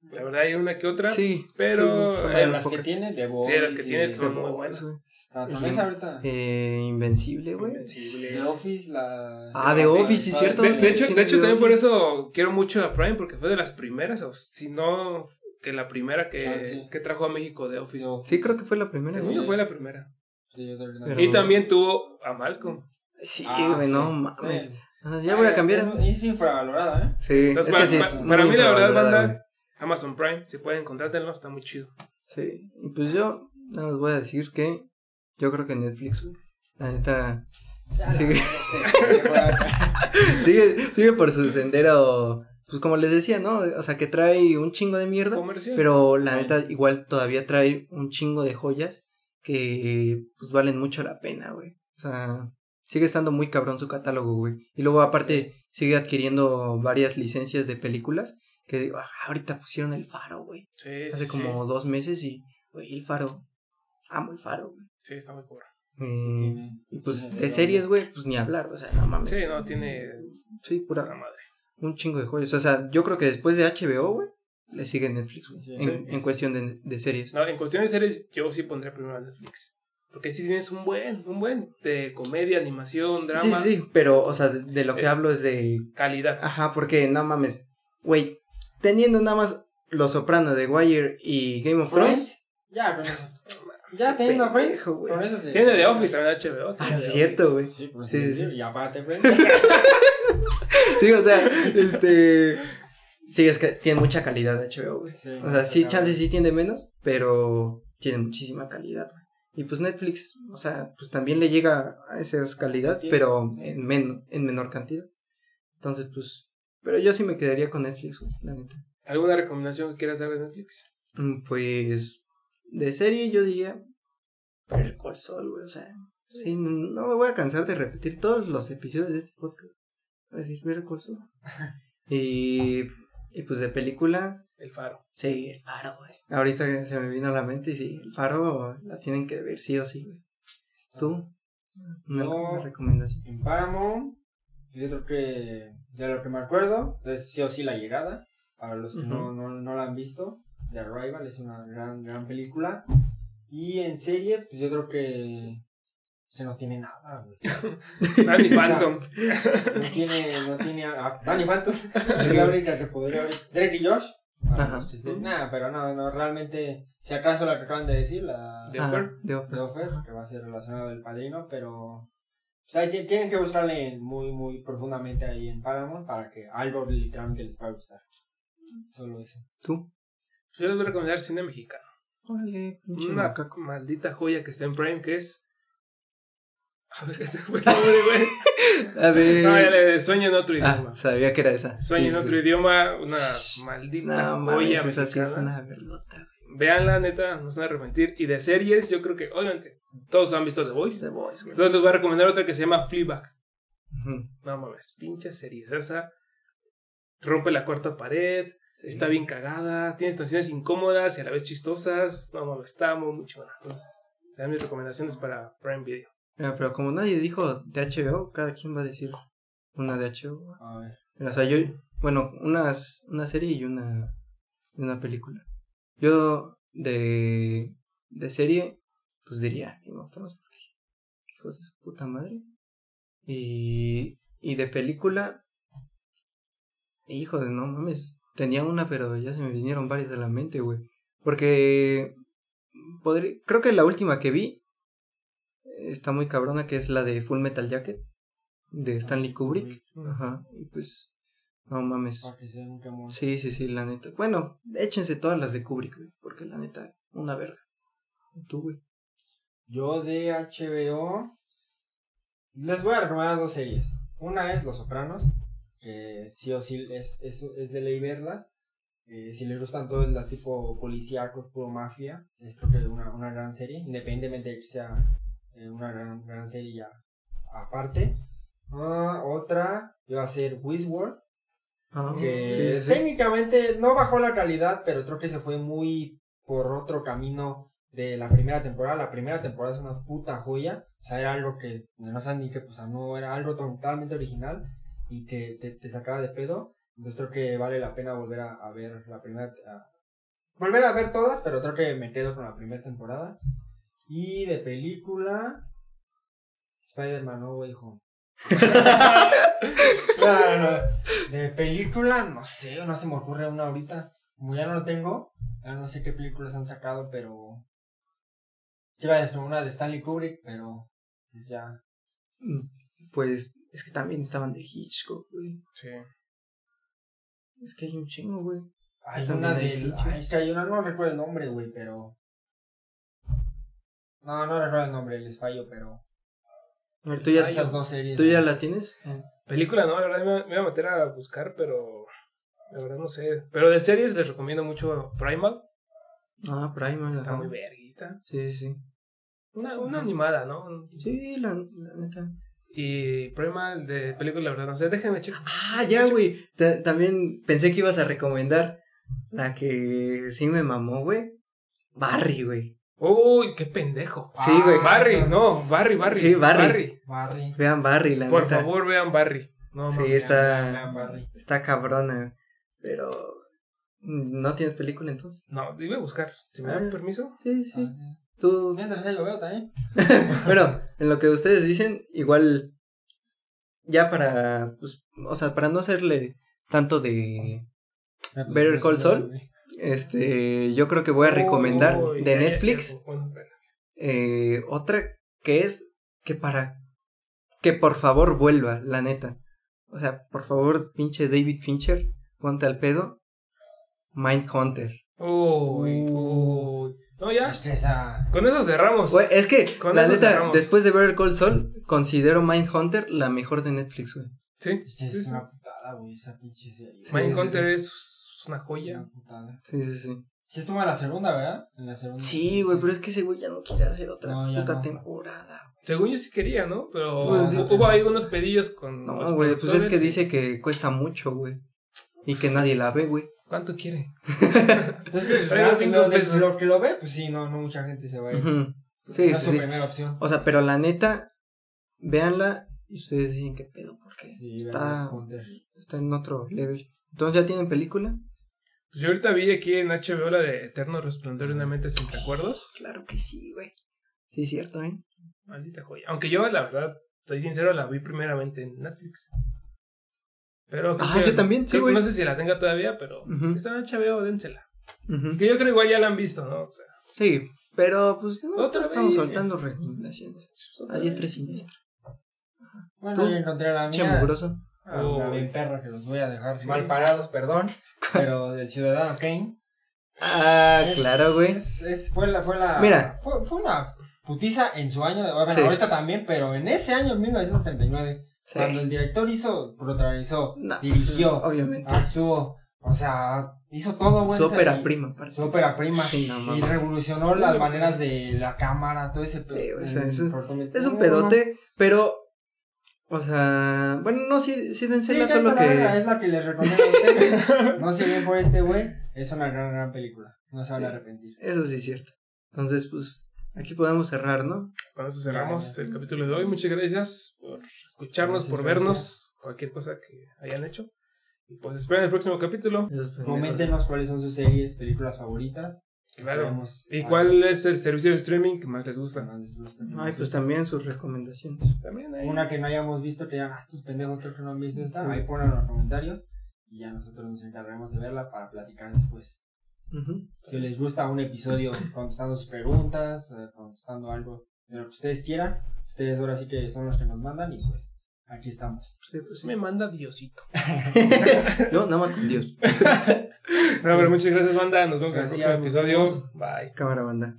S1: La verdad hay una que otra.
S3: Sí,
S1: pero,
S3: son-
S1: eh,
S3: son muy
S4: Pero las que
S3: pocas.
S4: tiene, de
S1: Sí, las que tienes son muy buenas.
S3: Eso.
S4: Tanto esa ahorita.
S3: Eh, Invencible, güey.
S1: Invencible.
S4: The Office, la.
S3: Ah,
S4: de
S3: The Office, sí, cierto. eh,
S1: De, de hecho,
S3: Tiene
S1: de hecho, también
S3: guiones.
S1: por eso quiero mucho a Prime, porque fue de las primeras, o si no que la primera que,
S4: Ah, sí.
S1: que trajo a México de Office.
S4: Yo-
S3: Sí, creo que fue la primera.
S1: Según yo
S3: güey.
S1: fue la primera.
S4: Sí, yo también.
S3: Pero-
S1: Y también tuvo a Malcolm.
S3: Sí,
S4: Ah,
S3: güey,
S4: sí,
S3: no
S4: sí.
S3: mames. Ah, Ya voy a
S4: Ay,
S3: cambiar.
S4: Es, es infravalorada, ¿eh?
S3: Sí,
S1: Entonces,
S3: es que
S1: para,
S3: sí. es
S1: para-
S3: muy
S1: para mí, la verdad,
S3: infravalorada,
S1: banda,
S3: güey.
S1: Amazon Prime, si pueden contratenlo, está muy chido.
S3: Sí, y pues yo nada más voy a decir que yo creo que Netflix, güey, la neta, Sí. sigue, sigue por su sendero, pues como les decía, ¿no? O sea, que trae un chingo de mierda,
S1: Comercial.
S3: pero la neta igual todavía trae un chingo de joyas que pues valen mucho la pena, güey. O sea, sigue estando muy cabrón su catálogo, güey. Y luego aparte sigue adquiriendo varias licencias de películas que digo, "Ah, ahorita pusieron el faro, güey.
S1: sí, sí,
S3: Hace como dos meses y, güey, el faro. Amo el faro, güey.
S1: sí, está muy cobra.
S3: Mm, y pues de series, güey, pues ni hablar, o sea, no mames.
S1: Sí, no, tiene
S3: Sí,
S1: la
S3: pura,
S1: madre.
S3: un chingo de joyas. O sea, yo creo que después de HBO, güey, le sigue Netflix, güey,
S4: Sí.
S3: en, en cuestión de, de series.
S1: No, en cuestión de series, yo sí pondría primero a Netflix. Porque si tienes un buen, un buen de comedia, animación, drama,
S3: sí, Ah, sí, sí, pero, o sea, de, de lo que
S1: Eh.
S3: hablo es de...
S1: calidad.
S3: Ajá, porque no mames, güey, teniendo nada más Los Soprano, The Wire y Game of Thrones.
S4: Friends. Ya, con eso. Ya teniendo a Friends.
S3: Pendejo, güey.
S4: Con eso sí.
S1: Tiene de Office también HBO.
S3: Ah,
S1: tiene The
S3: cierto,
S1: Office.
S3: güey.
S4: Sí, por
S3: Sí,
S4: sí,
S3: sí.
S4: Y aparte, Friends.
S3: Sí, o sea, este... Sí, es que tiene mucha calidad HBO, güey.
S4: Sí,
S3: O sea, sí,
S4: cabrón.
S3: chance sí tiene menos, pero tiene muchísima calidad. güey. Y pues Netflix, o sea, pues también le llega a esa calidad,
S4: Sí.
S3: pero en, men en menor cantidad. Entonces, pues, pero yo sí me quedaría con Netflix, güey, la neta.
S1: ¿Alguna recomendación que quieras dar de Netflix?
S3: Mm, Pues, de serie yo diría, Better Call Saul, güey, o sea, sí, no me voy a cansar de repetir todos los episodios de este podcast. Voy a decir Better Call Saul. y, y pues de película,
S1: El Faro.
S3: Sí, el faro, güey. Ahorita que se me vino a la mente y sí, el faro la tienen que ver sí o sí, güey. ¿Tú? Una,
S4: No.
S3: una recomendación.
S4: En Paramount. Yo creo que de lo que me acuerdo, es sí o sí la llegada. Para los que no, no, no la han visto, The Arrival es una gran, gran película. Y en serie, pues yo creo que se no tiene nada, güey.
S1: Danny Phantom.
S4: No tiene, no tiene a, a Danny Phantom. Es la única que podría ver. Drake y Josh. para
S3: Ajá.
S4: los que estén- Nada, pero no, no, realmente, si acaso la que acaban de decir, la
S1: The
S3: Ajá,
S1: Offer.
S3: The
S4: de
S3: Offer.
S4: Offer, que va a ser relacionado al padrino, pero. O sea, ti- tienen que buscarle en- muy, muy profundamente ahí en Paramount para que algo literalmente les pueda gustar. Solo eso.
S3: ¿Tú?
S1: Yo les voy a recomendar cine mexicano.
S3: Órale, pinche
S1: Una
S3: macaco.
S1: maldita joya que está en Prime, que es. A ver, ¿qué se fue el nombre, güey?
S3: A ver.
S1: No, Ah, ya le- de Sueño en otro
S3: ah,
S1: idioma.
S3: sabía que era esa.
S1: Sueño
S3: Sí,
S1: en
S3: sí,
S1: otro
S3: sí.
S1: idioma, una
S3: Shh.
S1: maldita
S3: No,
S1: joya
S3: mames, esa sí
S1: mexicana.
S3: es una verlota. güey.
S1: Veanla, neta, no se van a arrepentir. Y de series, yo creo que, obviamente, todos han visto The Voice.
S3: The Voice, güey.
S1: Entonces les voy a recomendar otra que se llama Fleabag.
S3: Ujú.
S1: No mames, pinche serie. Esa rompe la cuarta pared, está bien cagada, tiene situaciones incómodas y a la vez chistosas. No mames, está muy, muy chingona. Entonces, sean mis recomendaciones para Prime Video.
S3: Mira, pero como nadie dijo de HBO, cada quien va a decir una de HBO. güey.
S4: A ver.
S3: O sea, yo, bueno, unas, una serie y una, y una película. Yo de, de serie, pues diría Game of Thrones, porque hijos de su puta madre. Y, y de película, hijo de no mames, tenía una, pero ya se me vinieron varias a la mente, güey. Porque podré- creo que la última que vi eh, está muy cabrona, que es la de Full Metal Jacket, de Stanley Kubrick. Ajá, y pues, no mames.
S4: Para que sea un quemón.
S3: Sí, sí, sí, la neta. Bueno, échense todas las de Kubrick, güey, porque la neta, una verga. Tú, güey.
S4: Yo de HBO. Les voy a recomendar dos series. Una es Los Sopranos, que sí o sí es, es, es de ley verlas. Eh, si les gustan todo el tipo policíacos, puro mafia, es creo que una, una gran serie, independientemente de que sea eh, una gran, gran serie ya aparte. Ah, otra iba a ser Westworld,
S3: Ajá.
S4: que
S3: Sí, sí, sí.
S4: técnicamente no bajó la calidad, pero creo que se fue muy por otro camino de la primera temporada. La primera temporada es una puta joya. O sea, era algo que no sé ni que, pues, no era algo totalmente original y que te, te sacaba de pedo. Entonces creo que vale la pena volver a, a ver la primera. a- volver a ver todas, pero creo que me quedo con la primera temporada. Y de película. Spider-Man No Way Home. No, no, no. De película, no sé, no se me ocurre una ahorita. Como ya no lo tengo, ya no sé qué películas han sacado, pero. Yo iba a decir una de Stanley Kubrick, pero. pues Ya.
S3: Mm, Pues es que también estaban de Hitchcock, güey.
S1: Sí.
S3: Es que hay un chingo, güey.
S4: Hay
S3: También
S4: una
S3: hay
S4: del.
S3: Hitchcock.
S4: Ay, es que hay una, no recuerdo el nombre, güey, pero. No, no recuerdo el nombre, les fallo, pero.
S3: A ver, ¿Tú ya,
S4: Hay esas dos series.
S3: ¿tú ya
S4: güey.
S3: la tienes?
S1: Eh.
S3: Ah,
S1: Película, no, la verdad me, me iba a meter a buscar, pero la verdad no sé. Pero de series les recomiendo mucho Primal.
S3: Ah, Primal.
S1: Está
S3: ajá.
S1: muy verguita.
S3: Sí, sí.
S1: Una, una animada, ¿no?
S3: Sí, Sí, la, la neta.
S1: Y Primal de película, la verdad no sé. Déjenme checar.
S3: Ah, ya, güey. Ta- También pensé que ibas a recomendar la que sí me mamó, güey. Barry, güey.
S1: Uy, qué pendejo.
S3: Sí, güey.
S4: Ah,
S1: Barry,
S4: esas-
S1: no, Barry, Barry.
S3: Sí, Barry.
S4: Barry.
S3: Vean Barry, la
S1: Por
S3: neta.
S1: favor, vean Barry. No,
S3: Sí,
S1: mames.
S3: está,
S4: vean Barry.
S3: está cabrona. Pero. mm, ¿No tienes película entonces?
S1: No, iba a buscar. Si me
S3: Ah.
S1: dan permiso.
S3: Sí, sí.
S4: Ah,
S3: Tú.
S4: Mientras ahí lo veo también.
S3: bueno, en lo que ustedes dicen, igual. Ya para. pues, o sea, para no hacerle tanto de. Better Call
S4: Pues,
S3: Saul. Este. Yo creo que voy a recomendar
S1: Uy,
S3: de
S1: ya, ya,
S3: Netflix.
S1: ya, bueno, bueno.
S3: eh, otra que es que para que por favor vuelva, la neta. O sea, por favor, pinche David Fincher, ponte al pedo. Mindhunter.
S1: Uy, uy. No, ya.
S4: Es que esa.
S1: Con eso cerramos.
S3: Güey, eh, es que,
S1: Con
S3: la
S1: eso
S3: neta,
S1: cerramos.
S3: después de ver Cold Soul, considero Mindhunter la mejor de Netflix, güey.
S1: Sí,
S4: Es que
S1: sí,
S4: es
S1: sí.
S4: una putada, güey, esa pinche serie.
S3: Sí.
S1: Mindhunter es una
S4: Una
S1: joya.
S4: putada.
S3: Sí, sí, sí.
S4: Sí estuvo en la segunda, ¿verdad? En la segunda.
S3: Sí, güey, pero es que ese güey ya no quiere hacer otra
S4: No, ya
S3: puta
S4: no.
S3: temporada.
S1: Según yo sí quería, ¿no? Pero
S3: Pues,
S1: hubo-
S4: di-
S1: hubo ahí unos pedillos con. los
S3: No, güey, pues es
S1: productores
S3: que
S1: y-
S3: dice que cuesta mucho, güey. Y que nadie la ve, güey.
S1: ¿Cuánto quiere?
S4: Es que
S1: Traigo
S4: ah,
S1: cinco
S4: lo, de-
S1: pesos.
S4: lo que lo ve, pues sí, no, no mucha gente se va a ir.
S3: Ujú.
S4: No
S3: Sí,
S4: es su
S3: sí, sí.
S4: primera opción.
S3: O sea, pero la neta, véanla y ustedes dicen qué pedo, porque
S4: Sí,
S3: está,
S4: vean Hunter.
S3: está en otro level. Entonces, ¿ya tienen película?
S1: Pues yo ahorita vi aquí en HBO la de Eterno Resplandor de una mente sin recuerdos.
S3: Claro que sí, güey. Sí, cierto, ¿eh?
S1: Maldita joya. Aunque yo, la verdad, soy sincero, la vi primeramente en Netflix. Pero creo
S3: Ah, yo también, sí,
S1: creo que
S3: güey.
S1: No sé si la tenga todavía, pero
S3: Ujú.
S1: está en HBO, dénsela.
S3: Ujú.
S1: Que yo creo igual ya la han visto, ¿no? O sea,
S3: Sí, pero pues no
S1: Otra
S3: estamos
S1: vez.
S3: soltando recomendaciones. A diestra y siniestra.
S4: Bueno,
S3: ¿Tú?
S4: yo encontré la
S3: Che,
S4: mía.
S3: mugroso.
S4: Ah,
S1: Oh.
S4: Una bien perra que los voy a dejar
S1: Sí.
S4: mal parados, perdón. Pero del Ciudadano Kane.
S3: Ah,
S4: Es-
S3: claro, güey.
S4: Es, es- fue la, fue la.
S3: Mira.
S4: Fue, fue una putiza en su año. Bueno,
S3: Sí.
S4: ahorita también, pero en ese año, 1939.
S3: Sí.
S4: Cuando el director hizo, protagonizó,
S3: No,
S4: dirigió, Ah,
S3: pues, obviamente.
S4: actuó, o sea, hizo todo, güey.
S3: Su
S4: ese-
S3: ópera prima, aparte.
S4: Su ópera prima.
S3: Sí, no,
S4: Y
S3: mames.
S4: revolucionó las maneras de la cámara, todo ese
S3: Sí,
S4: pedo.
S3: o sea, es un- Es
S4: es
S3: un pedote, pero. O sea. Bueno, no, sí, sí, dénsela, solo que.
S4: Es la que les recomiendo a ustedes. No se ven por este güey. Es una gran, gran película. No se van a
S3: Sí.
S4: arrepentir.
S3: Eso sí es cierto. Entonces, pues. Aquí podemos cerrar, ¿no?
S1: Con eso cerramos
S4: Ya, ya.
S1: el capítulo de hoy. Muchas gracias por escucharnos,
S4: Gracias,
S1: por
S4: gracias.
S1: vernos, cualquier cosa que hayan hecho. Y pues esperen el próximo capítulo.
S3: Esos pendejos.
S4: Coméntenos cuáles son sus series, películas favoritas.
S1: Claro.
S4: Esperemos-
S1: ¿Y cuál es el servicio de streaming que más les gusta?
S4: Ah, les gusta.
S3: Ay, pues también sus recomendaciones.
S1: También ahí.
S4: Una que no hayamos visto, que ya, ah, estos pendejos creo que no han visto esta.
S3: Sí.
S4: Ahí ponen los comentarios y ya nosotros nos encargaremos de verla para platicar después.
S3: Ujú.
S4: Si les gusta un episodio contestando sus preguntas, eh, contestando algo de lo que ustedes quieran, ustedes ahora sí que son los que nos mandan y pues aquí estamos.
S3: Sí, pues sí.
S1: Me manda Diosito.
S3: No, nada más con Dios.
S1: No, pero muchas gracias, banda. Nos vemos
S4: Gracias,
S1: en el
S4: nos
S1: próximo episodio.
S4: vemos.
S1: Bye.
S3: Cámara banda.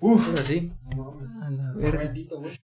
S3: Uf, ahora sí.
S4: No mames.
S3: A la
S4: Un
S3: verga.
S4: ratito, güey.